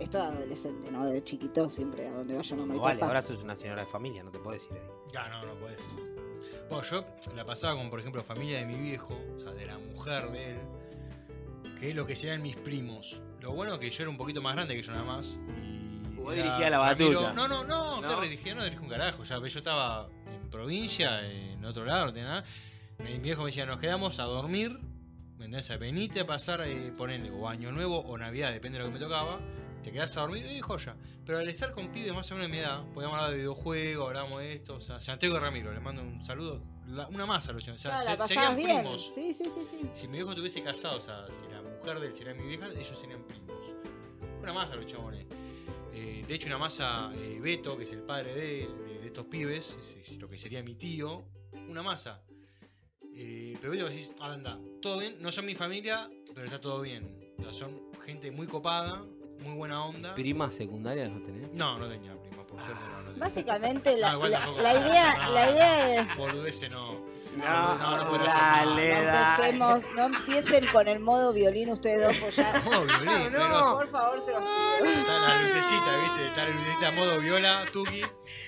Speaker 4: Esto de adolescente, ¿no? De chiquito siempre, a donde vaya mamá y
Speaker 2: No vale,
Speaker 4: papá.
Speaker 2: ahora sos una señora de familia, no te puedo decir eh. ahí.
Speaker 3: Ya, no, no podés. Bueno, yo la pasaba con, por ejemplo, familia de mi viejo, o sea, de la mujer de él, que es lo que serían mis primos. Lo bueno es que yo era un poquito más grande que yo nada más. Y
Speaker 2: Vos
Speaker 3: era
Speaker 2: dirigías la batuta.
Speaker 3: No, no, no,
Speaker 2: ¿No?
Speaker 3: te dirigía, no dirigía un carajo. Ya, ves, yo estaba en provincia, en otro lado, no tenía nada. Mi viejo me decía, nos quedamos a dormir. ¿Me entendés? Venite a pasar, eh, ponele, o Año Nuevo o Navidad, depende de lo que me tocaba. Te quedás a dormir y joya. Pero al estar con pibes más o menos de mi edad, podíamos hablar de videojuegos, hablamos de esto. O sea, Santiago Ramiro, le mando un saludo. la- una masa, lo O sea,
Speaker 4: Claro,
Speaker 3: se-
Speaker 4: la pasabas
Speaker 3: serían
Speaker 4: bien.
Speaker 3: primos.
Speaker 4: Sí, sí, sí, sí.
Speaker 3: Si mi viejo estuviese casado, o sea, si la mujer de él sería mi vieja, ellos serían primos. Una masa los chabones. Eh, de hecho, una masa eh, Beto, que es el padre de, de- de estos pibes, es- es lo que sería mi tío, una masa. Eh, pero Beto decís, ah, anda, todo bien, no son mi familia, pero está todo bien. O sea, son gente muy copada, muy buena onda.
Speaker 2: ¿Primas secundarias no tenés?
Speaker 3: No, no tenía prima, por suerte no, no tenía.
Speaker 4: Básicamente la,
Speaker 3: No, Ah, igual
Speaker 4: la-
Speaker 3: tampoco.
Speaker 4: la idea,
Speaker 3: No.
Speaker 4: la idea es
Speaker 3: Boludece no.
Speaker 2: No,
Speaker 3: no, no puedo hacer
Speaker 2: dale,
Speaker 3: nada.
Speaker 4: no
Speaker 2: dale.
Speaker 4: empecemos, no empiecen con el modo violín ustedes dos pues ya.
Speaker 3: Modo violín,
Speaker 2: no.
Speaker 3: pero
Speaker 4: Por favor, se los pido.
Speaker 3: Está la lucecita, viste, está la lucecita modo viola, tuki.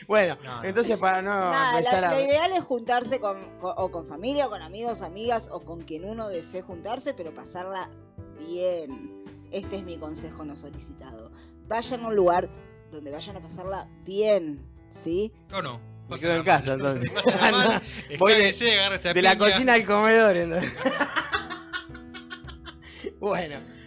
Speaker 2: Bueno,
Speaker 3: No, no.
Speaker 2: entonces para no
Speaker 4: Nada, la,
Speaker 2: empezar a.
Speaker 4: lo ideal es juntarse con, con- o con familia, o con amigos, amigas, o con quien uno desee juntarse, pero pasarla bien. Este es mi consejo no solicitado. Vayan a un lugar donde vayan a pasarla bien, ¿sí?
Speaker 3: No, no.
Speaker 2: Me quedo en casa entonces. Ah,
Speaker 3: Pásenla mal,
Speaker 2: Voy de-
Speaker 3: escáguense, agárrense a
Speaker 2: De la
Speaker 3: piña.
Speaker 2: cocina al comedor, entonces. bueno,